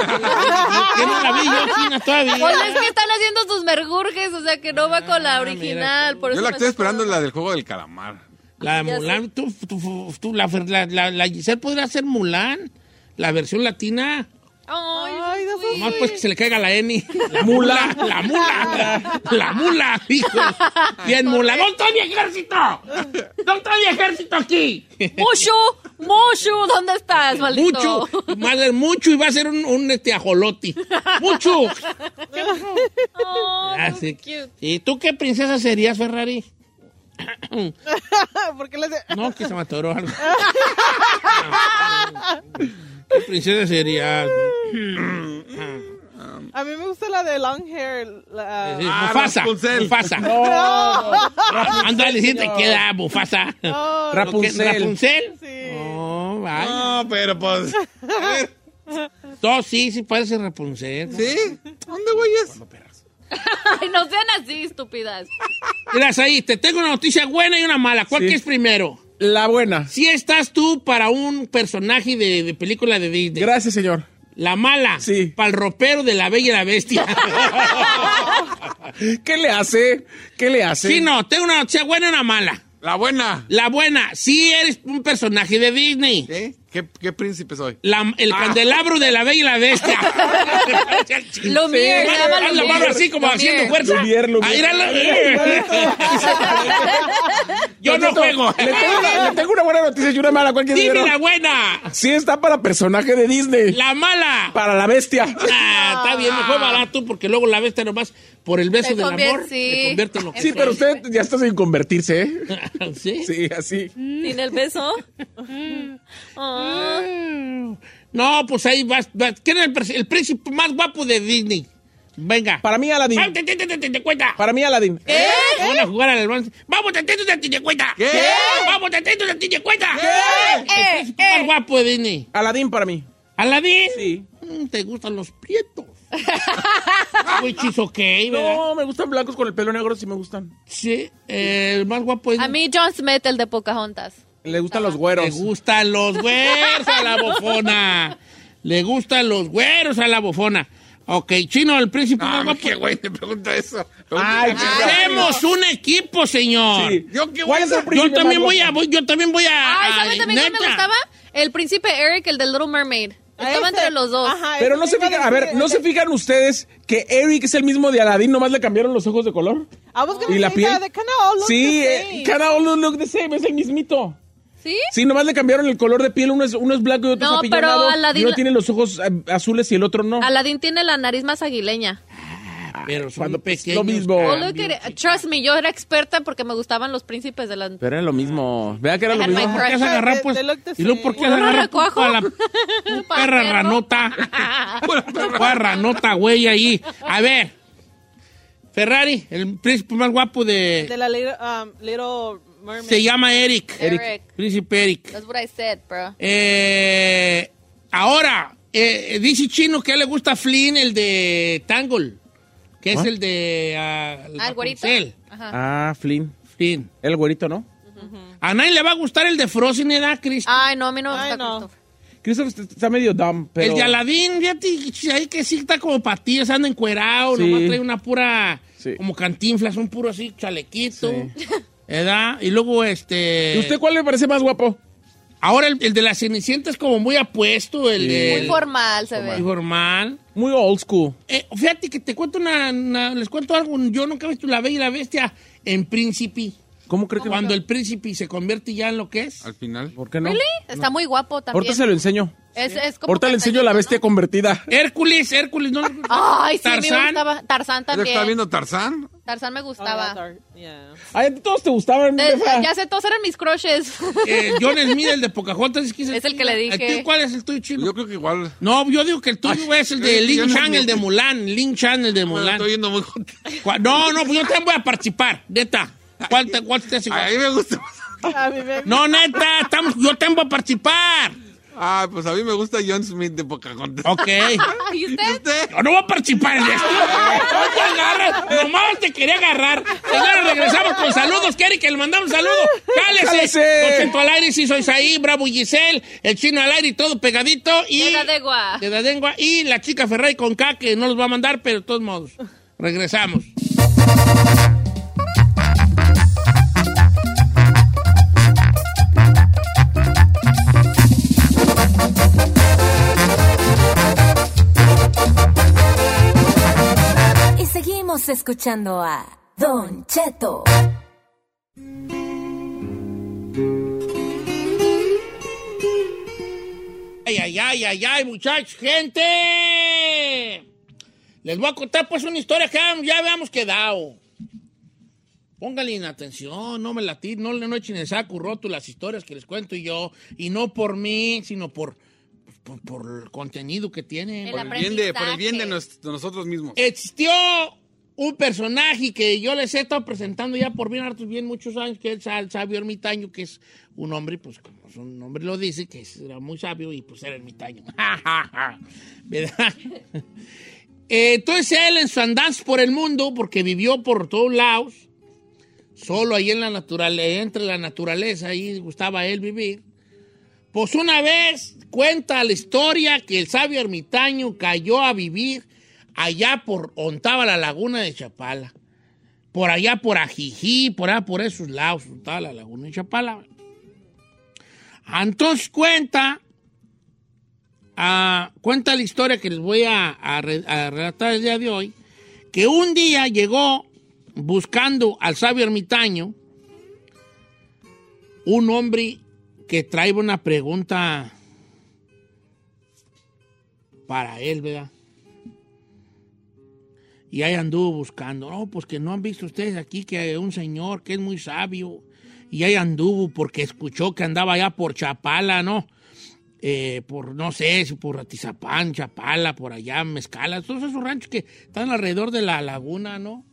[SPEAKER 3] no la vi yo, China,
[SPEAKER 4] Pues es
[SPEAKER 3] todavía?
[SPEAKER 4] que están haciendo sus mergurjes, o sea que no va con la
[SPEAKER 3] Ah,
[SPEAKER 4] original.
[SPEAKER 3] mira.
[SPEAKER 4] por
[SPEAKER 6] Yo
[SPEAKER 4] eso
[SPEAKER 6] la
[SPEAKER 4] me
[SPEAKER 6] que
[SPEAKER 4] acuerdo.
[SPEAKER 6] estoy esperando es la del juego del calamar.
[SPEAKER 3] La de
[SPEAKER 4] Ya sé.
[SPEAKER 3] Mulan, tú, tú- tú- tú- la, la, la, la Giselle podría ser Mulan, la versión latina.
[SPEAKER 4] Ay,
[SPEAKER 7] no
[SPEAKER 4] güey.
[SPEAKER 3] Más pues que se le caiga la Eni. La mula. La mula. La mula, hijo. Bien, mula. ¿Dónde está mi ejército? ¿Dónde está mi ejército aquí?
[SPEAKER 4] Mushu, Mushu, ¿dónde estás, maldito?
[SPEAKER 3] Mucho. Va a ser mucho y va a ser un, un este, ajolote. Mucho.
[SPEAKER 4] Oh,
[SPEAKER 3] Ah,
[SPEAKER 4] so
[SPEAKER 3] sí.
[SPEAKER 4] cute.
[SPEAKER 3] ¿Y tú qué princesa serías, Ferrari?
[SPEAKER 7] ¿Por qué le hace?
[SPEAKER 3] No, que se me atoró algo. ¿Qué princesa sería?
[SPEAKER 7] A mí me gusta la de long hair. La...
[SPEAKER 3] Sí, Mufasa. Mufasa.
[SPEAKER 7] No.
[SPEAKER 3] Ándale, si te
[SPEAKER 7] No.
[SPEAKER 3] queda Mufasa.
[SPEAKER 7] No,
[SPEAKER 3] Rapunzel.
[SPEAKER 7] no.
[SPEAKER 3] Rapunzel. No, vaya. No, pero pues. No, sí, sí parece Rapunzel. ¿Sí?
[SPEAKER 6] ¿Dónde, güey, es?
[SPEAKER 4] Ay, no sean así, estúpidas.
[SPEAKER 3] Mira, ahí te tengo una noticia buena y una mala. ¿Cuál que es primero?
[SPEAKER 5] La buena.
[SPEAKER 3] Si estás tú para un personaje de, de película de Disney.
[SPEAKER 5] Gracias, señor.
[SPEAKER 3] La mala. Sí. Para el ropero de la bella y la bestia.
[SPEAKER 5] ¿Qué le hace? ¿Qué le hace?
[SPEAKER 3] Sí, no, tengo una noticia buena y una mala. La buena. La buena. Sí eres un personaje de Disney.
[SPEAKER 6] ¿Qué, qué príncipe soy?
[SPEAKER 3] La- el
[SPEAKER 6] Ah.
[SPEAKER 3] candelabro de la bella y la bestia.
[SPEAKER 6] Lo mío, se llama
[SPEAKER 3] Haz
[SPEAKER 6] lo
[SPEAKER 3] la mano
[SPEAKER 6] mío.
[SPEAKER 3] así como
[SPEAKER 6] Lo
[SPEAKER 3] haciendo
[SPEAKER 6] mío.
[SPEAKER 3] fuerza. Ah,
[SPEAKER 6] Lo mío, lo mío.
[SPEAKER 3] Ahí era la- Yo no
[SPEAKER 5] Don Cheto,
[SPEAKER 3] juego.
[SPEAKER 5] Le tengo, una, le tengo una buena noticia y una mala. ¿Cuál quiere
[SPEAKER 3] Dime
[SPEAKER 5] primero?
[SPEAKER 3] la buena.
[SPEAKER 5] Sí está para personaje de Disney.
[SPEAKER 3] La mala.
[SPEAKER 5] Para la bestia.
[SPEAKER 3] Ah, está bien, mejor barato porque luego la bestia nomás por el beso
[SPEAKER 4] Te
[SPEAKER 3] del
[SPEAKER 4] convier-
[SPEAKER 3] amor
[SPEAKER 4] sí.
[SPEAKER 3] te convierte en lo que
[SPEAKER 5] Sí,
[SPEAKER 3] soy.
[SPEAKER 5] pero usted ya está sin convertirse, ¿eh?
[SPEAKER 3] ¿Sí?
[SPEAKER 5] Sí, así.
[SPEAKER 4] ¿Sin el beso? Ah.
[SPEAKER 3] No, pues ahí vas. vas. ¿Quién es el, pres- el príncipe más guapo de Disney? Venga. Para
[SPEAKER 5] mí, Aladdin.
[SPEAKER 3] Vamos, te, te, te, te, te cuenta.
[SPEAKER 5] Para mí, Aladdin.
[SPEAKER 3] ¿Eh? Van a jugar al baloncesto. Vamos, te, te, te, te, te, te cuenta. ¿Qué? Vamos, te, te, te, te, te, te cuenta. ¿Qué? El príncipe
[SPEAKER 4] ¿Eh?
[SPEAKER 3] más guapo de Disney.
[SPEAKER 5] Aladín para mí.
[SPEAKER 3] ¿Aladín?
[SPEAKER 5] Sí.
[SPEAKER 3] Mm, ¿Te gustan los prietos? Which is okay, ¿verdad?
[SPEAKER 5] No, me gustan blancos con el pelo negro, sí me gustan.
[SPEAKER 3] Sí, eh, el más guapo es...
[SPEAKER 4] A mí John Smith, el de Pocahontas.
[SPEAKER 5] Le gustan los güeros.
[SPEAKER 3] Le gustan los güeros a la bofona. Le gustan los güeros a la bofona. Ok, chino, el príncipe más guapo.
[SPEAKER 6] ¿Qué güey te pregunta eso?
[SPEAKER 4] Ah,
[SPEAKER 3] Ay, Hacemos un equipo, señor.
[SPEAKER 6] Sí.
[SPEAKER 3] Yo, qué
[SPEAKER 6] ¿Cuál es el príncipe
[SPEAKER 3] yo también
[SPEAKER 6] más
[SPEAKER 3] voy a,
[SPEAKER 6] guapo?
[SPEAKER 3] voy- yo también voy a.
[SPEAKER 4] Ay,
[SPEAKER 3] a-
[SPEAKER 4] ¿sabes también cuál me
[SPEAKER 3] neta.
[SPEAKER 4] gustaba? El príncipe Eric, el de Little Mermaid. Estaba entre los dos.
[SPEAKER 5] Pero no se fijan, a ver, ¿no se fijan ustedes que Eric es el mismo de Aladdin, nomás le cambiaron los ojos de color?
[SPEAKER 7] I was gonna
[SPEAKER 5] ¿Y la
[SPEAKER 7] say
[SPEAKER 5] piel?
[SPEAKER 7] that, Ah, they kinda all look
[SPEAKER 5] Sí,
[SPEAKER 7] the
[SPEAKER 5] eh,
[SPEAKER 7] same.
[SPEAKER 5] cada uno look the same, es el mismito.
[SPEAKER 4] ¿Sí?
[SPEAKER 5] Sí, nomás le cambiaron el color de piel, uno es, uno es blanco y otro
[SPEAKER 4] No,
[SPEAKER 5] es apillonado.
[SPEAKER 4] pero Aladdin-
[SPEAKER 5] Y uno tiene los ojos eh, azules y el otro no.
[SPEAKER 4] Aladdin tiene la nariz más aguileña.
[SPEAKER 3] Pero son
[SPEAKER 5] Cuando-
[SPEAKER 6] pues,
[SPEAKER 3] pequeños.
[SPEAKER 5] lo mismo.
[SPEAKER 4] Oh, look at it. Trust me, yo era experta porque me gustaban los príncipes de la...
[SPEAKER 5] Pero era lo mismo. Vea que era
[SPEAKER 4] I
[SPEAKER 5] lo
[SPEAKER 4] had
[SPEAKER 5] mismo.
[SPEAKER 4] my crush.
[SPEAKER 3] agarrar,
[SPEAKER 4] They-
[SPEAKER 3] pues?
[SPEAKER 4] they look the
[SPEAKER 3] ¿Y luego por qué has
[SPEAKER 4] same. Uno
[SPEAKER 3] agarrado
[SPEAKER 4] recojo.
[SPEAKER 3] a la perra ranota? Perra ranota, güey, ahí. A ver. Ferrari, el príncipe más guapo
[SPEAKER 7] De
[SPEAKER 3] de.
[SPEAKER 7] la little, um, Little Mermaid.
[SPEAKER 3] Se llama Eric.
[SPEAKER 4] Eric. Eric.
[SPEAKER 3] Príncipe Eric.
[SPEAKER 4] That's what I said, bro.
[SPEAKER 3] Eh, ahora, eh, dice Chino que a él le gusta Flynn, el de Tangle, que es
[SPEAKER 5] ¿Ah?
[SPEAKER 3] el de... ah,
[SPEAKER 4] Ah, el güerito.
[SPEAKER 3] Rapunzel.
[SPEAKER 4] Ajá.
[SPEAKER 5] Ah, Flynn.
[SPEAKER 3] Flynn.
[SPEAKER 5] El güerito, ¿no?
[SPEAKER 3] A nadie le va a gustar el de Frozen, ¿era, Chris?
[SPEAKER 4] Ay, no, a mí no me gusta Christopher.
[SPEAKER 5] Christopher está- está medio dumb, pero...
[SPEAKER 3] El de Aladín, fíjate, ahí que sí está como patillas, anda encuerado,
[SPEAKER 5] Sí.
[SPEAKER 3] nomás trae una pura...
[SPEAKER 5] Sí.
[SPEAKER 3] Como cantinflas, un puro así chalequito, ¿verdad? Y luego, este...
[SPEAKER 5] ¿Y usted cuál le parece más guapo?
[SPEAKER 3] Ahora el, el de la Cenicienta es como muy apuesto, el de...
[SPEAKER 4] Muy formal se
[SPEAKER 3] Muy
[SPEAKER 4] ve.
[SPEAKER 3] formal.
[SPEAKER 5] Muy old school.
[SPEAKER 3] Eh, fíjate que te cuento una, una- Les cuento algo. Yo nunca he visto la Bella y la Bestia en Príncipe.
[SPEAKER 5] ¿Cómo cree que
[SPEAKER 3] Cuando el Príncipe se convierte ya en lo que es.
[SPEAKER 6] Al final.
[SPEAKER 5] ¿Por qué no?
[SPEAKER 4] ¿Really? Está muy guapo también.
[SPEAKER 5] Ahorita se lo enseño.
[SPEAKER 4] Es, es como
[SPEAKER 5] Ahorita le enseño la bestia convertida.
[SPEAKER 3] Hércules, Hércules, no.
[SPEAKER 4] Ay, sí, me
[SPEAKER 3] Tarzán.
[SPEAKER 4] gustaba. Tarzán también.
[SPEAKER 6] Tarzán?
[SPEAKER 4] Tarzán me gustaba.
[SPEAKER 5] Ay, a ti todos te gustaban.
[SPEAKER 4] De-
[SPEAKER 5] Befa.
[SPEAKER 4] Eh, ya sé, todos eran mis crushes.
[SPEAKER 3] Eh, John Smith, el de Pocahontas. Es, que
[SPEAKER 4] Es el que le
[SPEAKER 3] ¿A ti
[SPEAKER 4] dije.
[SPEAKER 3] ¿Cuál es el tuyo, chino?
[SPEAKER 6] Yo creo que igual.
[SPEAKER 3] No, yo digo que el tuyo es el de
[SPEAKER 6] yo- yo
[SPEAKER 3] Lin
[SPEAKER 6] no-
[SPEAKER 3] Chan, el de Mulan. Lin Chan, el de
[SPEAKER 6] Me
[SPEAKER 3] Mulan.
[SPEAKER 6] estoy yendo muy contigo.
[SPEAKER 3] Cua- No, no, pues yo también voy a participar. Neta. ¿Cuál te, cuál te hace igual?
[SPEAKER 6] A mí me gusta.
[SPEAKER 7] A mí me-
[SPEAKER 3] No, neta, estamos, yo también voy a participar.
[SPEAKER 6] Ah, pues a mí me gusta John Smith de Pocahontas.
[SPEAKER 3] Ok.
[SPEAKER 4] ¿Y usted?
[SPEAKER 3] Yo no voy a participar en esto. No te agarres. Nomás te quería agarrar. Señores, regresamos con saludos. Quiere que le mandamos un saludo. ¡Cálese!
[SPEAKER 5] ¡Cálese!
[SPEAKER 3] Concepto al aire, sí, soy Saí, Bravo y Giselle, el chino al aire y todo pegadito. Y
[SPEAKER 4] De la degua.
[SPEAKER 3] de Dadengua. Y la chica Ferrari con K, que no los va a mandar, pero de todos modos. Regresamos.
[SPEAKER 9] Y seguimos escuchando a Don Cheto.
[SPEAKER 3] Ay, ay, ay, ay, ay, muchachos, gente. Les voy a contar pues una historia que ya habíamos quedado. Pónganle en atención, no me la tir- no le no echen en saco roto las historias que les cuento yo, y no por mí, sino por, por, por el contenido que tienen.
[SPEAKER 6] Por el bien de, por el bien de, nos- de nosotros mismos.
[SPEAKER 3] Existió un personaje que yo les he estado presentando ya por bien hartos, bien muchos años, que es el sabio ermitaño, que es un hombre, pues como su nombre lo dice, que es- era muy sabio y pues era ermitaño. ¿Verdad? Eh, Entonces él en su andanza por el mundo, porque vivió por todos lados, solo ahí en la naturaleza, entre la naturaleza, ahí gustaba él vivir. Pues una vez cuenta la historia que el sabio ermitaño cayó a vivir allá por ontaba la laguna de Chapala. Por allá por Ajijí, por allá por esos lados, ontaba la laguna de Chapala. Entonces cuenta, ah, cuenta la historia que les voy a, a re- a relatar el día de hoy, que un día llegó buscando al sabio ermitaño un hombre que trae una pregunta para él, ¿verdad? Y ahí anduvo buscando. No, pues que no han visto ustedes aquí que hay un señor que es muy sabio. Y ahí anduvo porque escuchó que andaba allá por Chapala, ¿no? Eh, por, no sé, si por Atizapán, Chapala, por allá, Mezcala. Todos esos ranchos que están alrededor de la laguna, ¿no?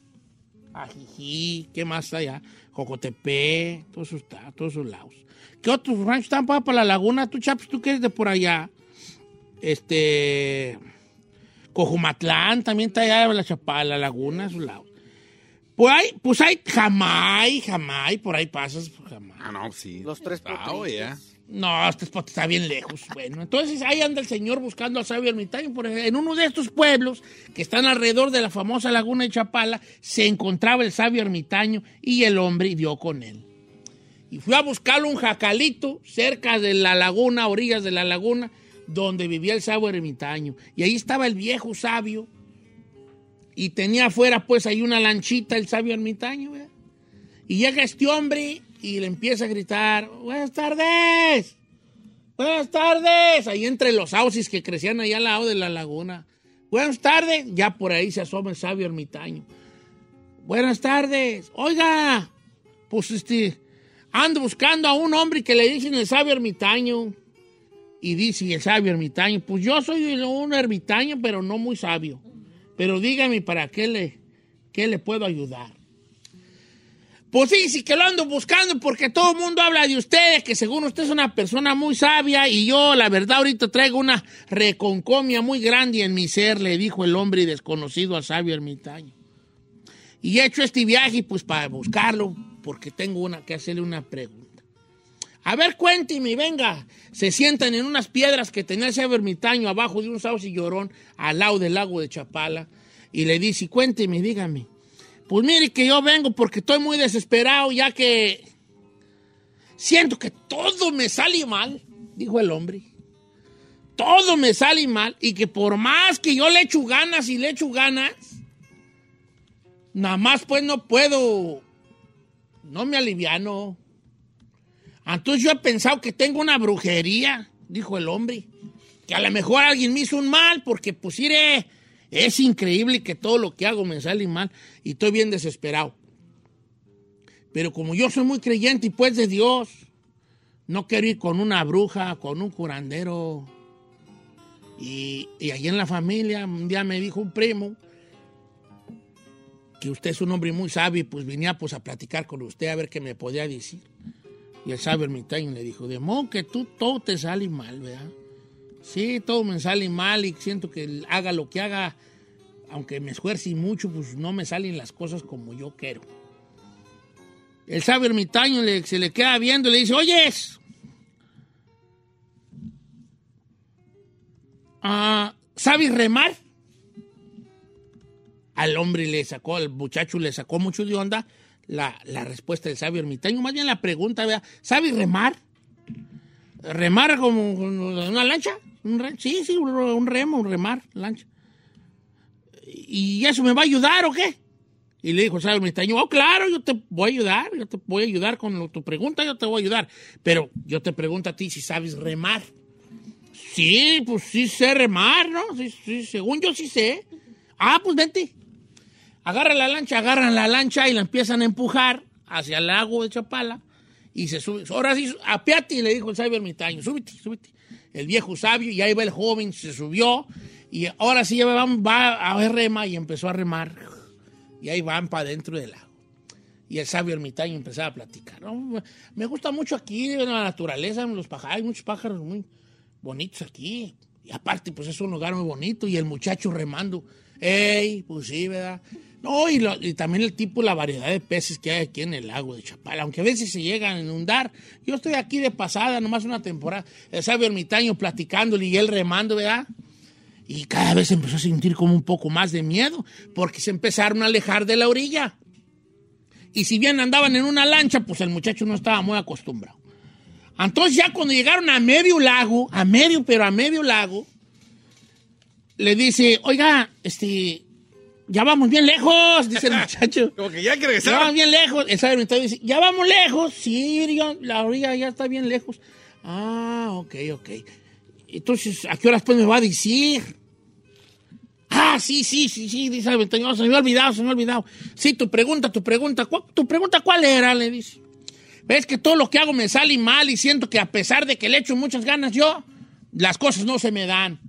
[SPEAKER 3] Ajijí, ¿qué más está allá? Jocotepé, todos esos, ta- todos esos lados. ¿Qué otros ranchos están para, para la laguna? Tú, Chaps, tú que eres de por allá. Este. Cojumatlán también está allá la Chapala, la laguna, a su lado. Pues hay, pues hay Jamay, Jamay, por ahí pasas por Jamay.
[SPEAKER 6] Ah, no, sí.
[SPEAKER 3] Los tres
[SPEAKER 6] Ah, oye, ya.
[SPEAKER 3] No, este spot está bien lejos. Bueno, entonces ahí anda el señor buscando al sabio ermitaño. Por ejemplo, en uno de estos pueblos que están alrededor de la famosa laguna de Chapala, se encontraba el sabio ermitaño y el hombre dio con él. Y fui a buscarlo un jacalito cerca de la laguna, a orillas de la laguna, donde vivía el sabio ermitaño. Y ahí estaba el viejo sabio. Y tenía afuera, pues, ahí una lanchita el sabio ermitaño. ¿verdad? Y llega este hombre y le empieza a gritar, buenas tardes, buenas tardes, ahí entre los sauces que crecían allá al lado de la laguna. Buenas tardes, ya por ahí se asoma el sabio ermitaño. Buenas tardes, oiga, pues este, ando buscando a un hombre que le dicen el sabio ermitaño. Y dice el sabio ermitaño, pues yo soy un ermitaño, pero no muy sabio. Pero dígame, ¿para qué le, qué le puedo ayudar? Pues sí, sí que lo ando buscando porque todo el mundo habla de ustedes, que según usted es una persona muy sabia y yo la verdad ahorita traigo una reconcomia muy grande en mi ser, le dijo el hombre desconocido al sabio ermitaño. Y he hecho este viaje pues para buscarlo porque tengo una, que hacerle una pregunta. A ver, cuénteme, venga. Se sientan en unas piedras que tenía el sabio ermitaño abajo de un sauce llorón al lado del lago de Chapala y le dice, cuénteme, dígame. Pues mire que yo vengo porque estoy muy desesperado ya que siento que todo me sale mal, dijo el hombre. Todo me sale mal y que por más que yo le echo ganas y le echo ganas, nada más pues no puedo, no me aliviano. Entonces yo he pensado que tengo una brujería, dijo el hombre. Que a lo mejor alguien me hizo un mal porque pues iré... Es increíble que todo lo que hago me sale mal y estoy bien desesperado. Pero como yo soy muy creyente y pues de Dios, no quiero ir con una bruja, con un curandero. Y, y ahí en la familia, un día me dijo un primo que usted es un hombre muy sabio y pues venía pues a platicar con usted a ver qué me podía decir. Y el sabio ermitaño le dijo, de modo que tú todo te sale mal, ¿verdad? Sí, todo me sale mal y siento que haga lo que haga, aunque me esfuerce y mucho, pues no me salen las cosas como yo quiero. El sabio ermitaño le- se le queda viendo y le dice, oyes, ah, ¿sabes remar? Al hombre le sacó, al muchacho le sacó mucho de onda la, la respuesta del sabio ermitaño, más bien la pregunta, ¿verdad? ¿sabes remar? remar como una lancha, un re- sí, sí, un un remo, un remar, lancha. ¿Y eso me va a ayudar o qué? Y le dijo, ¿sabes? Me está oh, claro, yo te voy a ayudar, yo te voy a ayudar con lo- tu pregunta, yo te voy a ayudar. Pero yo te pregunto a ti si sabes remar. Sí, pues sí sé remar, ¿no? Sí, sí, según yo sí sé. Ah, pues vente. Agarran la lancha, agarran la lancha y la empiezan a empujar hacia el lago de Chapala y se sube. Ahora sí, apiate, le dijo el sabio ermitaño, súbete, súbete. El viejo sabio, y ahí va el joven, se subió y ahora sí ya va, va a ver rema y empezó a remar. Y ahí van para dentro del lago. Y el sabio ermitaño empezaba a platicar. "No, me gusta mucho aquí, la naturaleza, los pájaros, hay muchos pájaros muy bonitos aquí. Y aparte, pues es un lugar muy bonito. Y el muchacho remando. ¡Ey! Pues sí, ¿verdad? No, y, lo- y también el tipo, la variedad de peces que hay aquí en el lago de Chapala, aunque a veces se llegan a inundar. Yo estoy aquí de pasada, nomás una temporada. El sabio ermitaño platicándole y él remando, ¿verdad? Y cada vez empezó a sentir como un poco más de miedo, porque se empezaron a alejar de la orilla. Y si bien andaban en una lancha, pues el muchacho no estaba muy acostumbrado. Entonces ya cuando llegaron a medio lago, a medio, pero a medio lago, le dice, oiga, este, ya vamos bien lejos, dice el muchacho.
[SPEAKER 6] Como que ya hay que regresar.
[SPEAKER 3] Ya vamos bien lejos. El sabio ermitaño dice, ya vamos lejos. Sí, diga, la orilla ya está bien lejos. Ah, ok, ok. Entonces, ¿a qué horas pues me va a decir? Ah, sí, sí, sí, sí, dice el ermitaño. "No, se me ha olvidado, se me ha olvidado. Sí, tu pregunta, tu pregunta. ¿Cuál- ¿Tu pregunta cuál era? Le dice. Ves que todo lo que hago me sale mal y siento que a pesar de que le echo muchas ganas yo, las cosas no se me dan.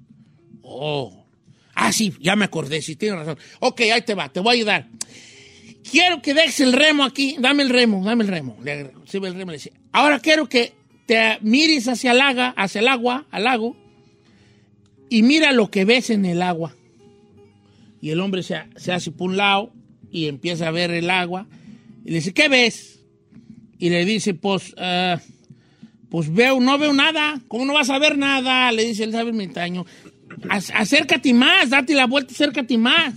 [SPEAKER 3] Oh. Ah, sí, ya me acordé, sí, tienes razón. Ok, ahí te va, te voy a ayudar. Quiero que dejes el remo aquí. Dame el remo, dame el remo. Le recibe el remo y le dice, ahora quiero que te mires hacia el, aga- hacia el agua, al lago, y mira lo que ves en el agua. Y el hombre se, se hace por un lado y empieza a ver el agua. Y le dice, ¿qué ves? Y le dice, pues, ah, pues veo, no veo nada. ¿Cómo no vas a ver nada? Le dice el sabio ermitaño. "Ac- Acércate más, date la vuelta, acércate más.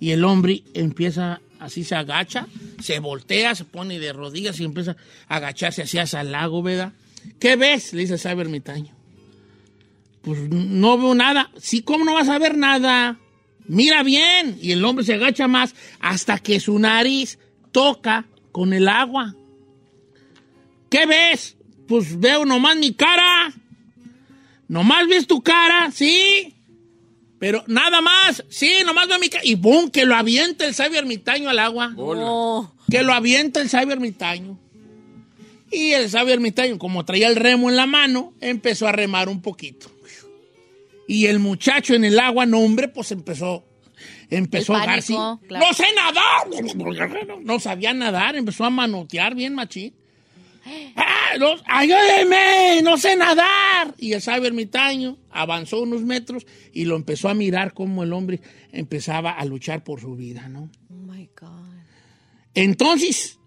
[SPEAKER 3] Y el hombre empieza, así se agacha, se voltea, se pone de rodillas y empieza a agacharse hacia el lago, ¿verdad? ¿Qué ves? Le dice el sabio ermitaño. Pues no veo nada. Sí, ¿cómo no vas a ver nada? Mira bien. Y el hombre se agacha más hasta que su nariz toca con el agua. ¿Qué ves? Pues veo nomás mi cara. Nomás ves tu cara, sí. Pero nada más, sí, nomás veo mi cara. Y boom, que lo avienta el sabio ermitaño al agua. No. Que lo avienta el sabio ermitaño. Y el sabio ermitaño, como traía el remo en la mano, empezó a remar un poquito. Y el muchacho en el agua, no hombre, pues empezó, empezó
[SPEAKER 4] El
[SPEAKER 3] a ahogarse.
[SPEAKER 4] pánico, claro.
[SPEAKER 3] ¡No sé nadar! No sabía nadar, empezó a manotear bien machín. ¡Ah! No, ¡Ayúdeme! ¡No sé nadar! Y el sabio ermitaño avanzó unos metros y lo empezó a mirar como el hombre empezaba a luchar por su vida, ¿no?
[SPEAKER 4] Oh
[SPEAKER 3] Entonces,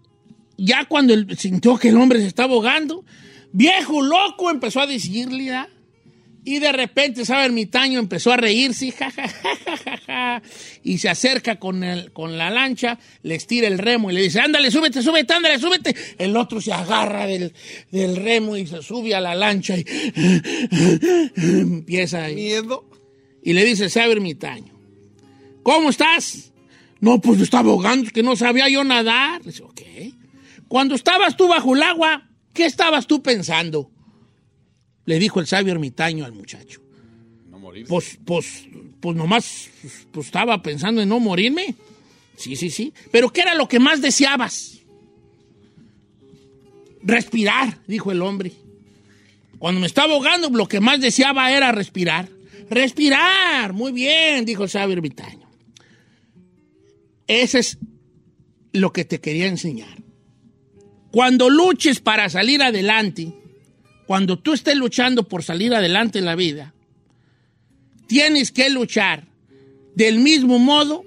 [SPEAKER 3] ya cuando él sintió que el hombre se estaba ahogando, viejo loco empezó a decirle, ¿verdad? y de repente, sabe, ermitaño empezó a reírse, ja, ja, ja, ja, ja, ja, y se acerca con, el, con la lancha, le estira el remo y le dice, ándale, súbete, súbete, ándale, súbete. El otro se agarra del, del remo y se sube a la lancha y empieza ahí. Miedo. Y le dice, sabe, ermitaño, ¿cómo estás? No, pues me estaba ahogando, que no sabía yo nadar. Le dice, ok. Cuando estabas tú bajo el agua, ¿qué estabas tú pensando? Le dijo el sabio ermitaño al muchacho.
[SPEAKER 6] No morir.
[SPEAKER 3] Pues, pues, pues nomás pues estaba pensando en no morirme. Sí, sí, sí. Pero ¿qué era lo que más deseabas? Respirar, dijo el hombre. Cuando me estaba ahogando, lo que más deseaba era respirar. Respirar, muy bien, dijo el sabio ermitaño. Ese es lo que te quería enseñar. Cuando luches para salir adelante, cuando tú estés luchando por salir adelante en la vida, tienes que luchar del mismo modo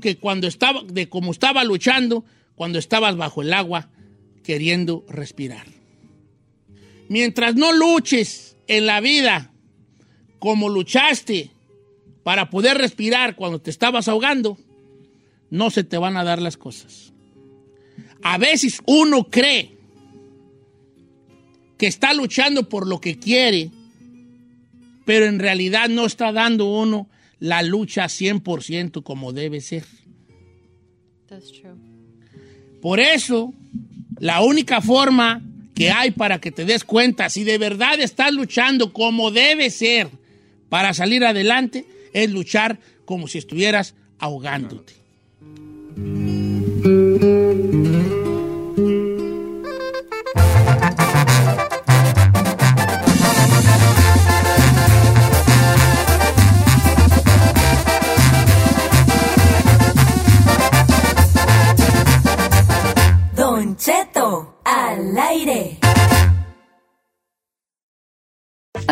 [SPEAKER 3] que cuando estaba, de como estaba luchando cuando estabas bajo el agua queriendo respirar. Mientras no luches en la vida como luchaste para poder respirar cuando te estabas ahogando, no se te van a dar las cosas. A veces uno cree que está luchando por lo que quiere, pero en realidad no está dando uno la lucha 100% como debe ser.
[SPEAKER 4] That's true.
[SPEAKER 3] Por eso, la única forma que hay para que te des cuenta si de verdad estás luchando como debe ser para salir adelante es luchar como si estuvieras ahogándote.
[SPEAKER 9] Don Cheto, al aire.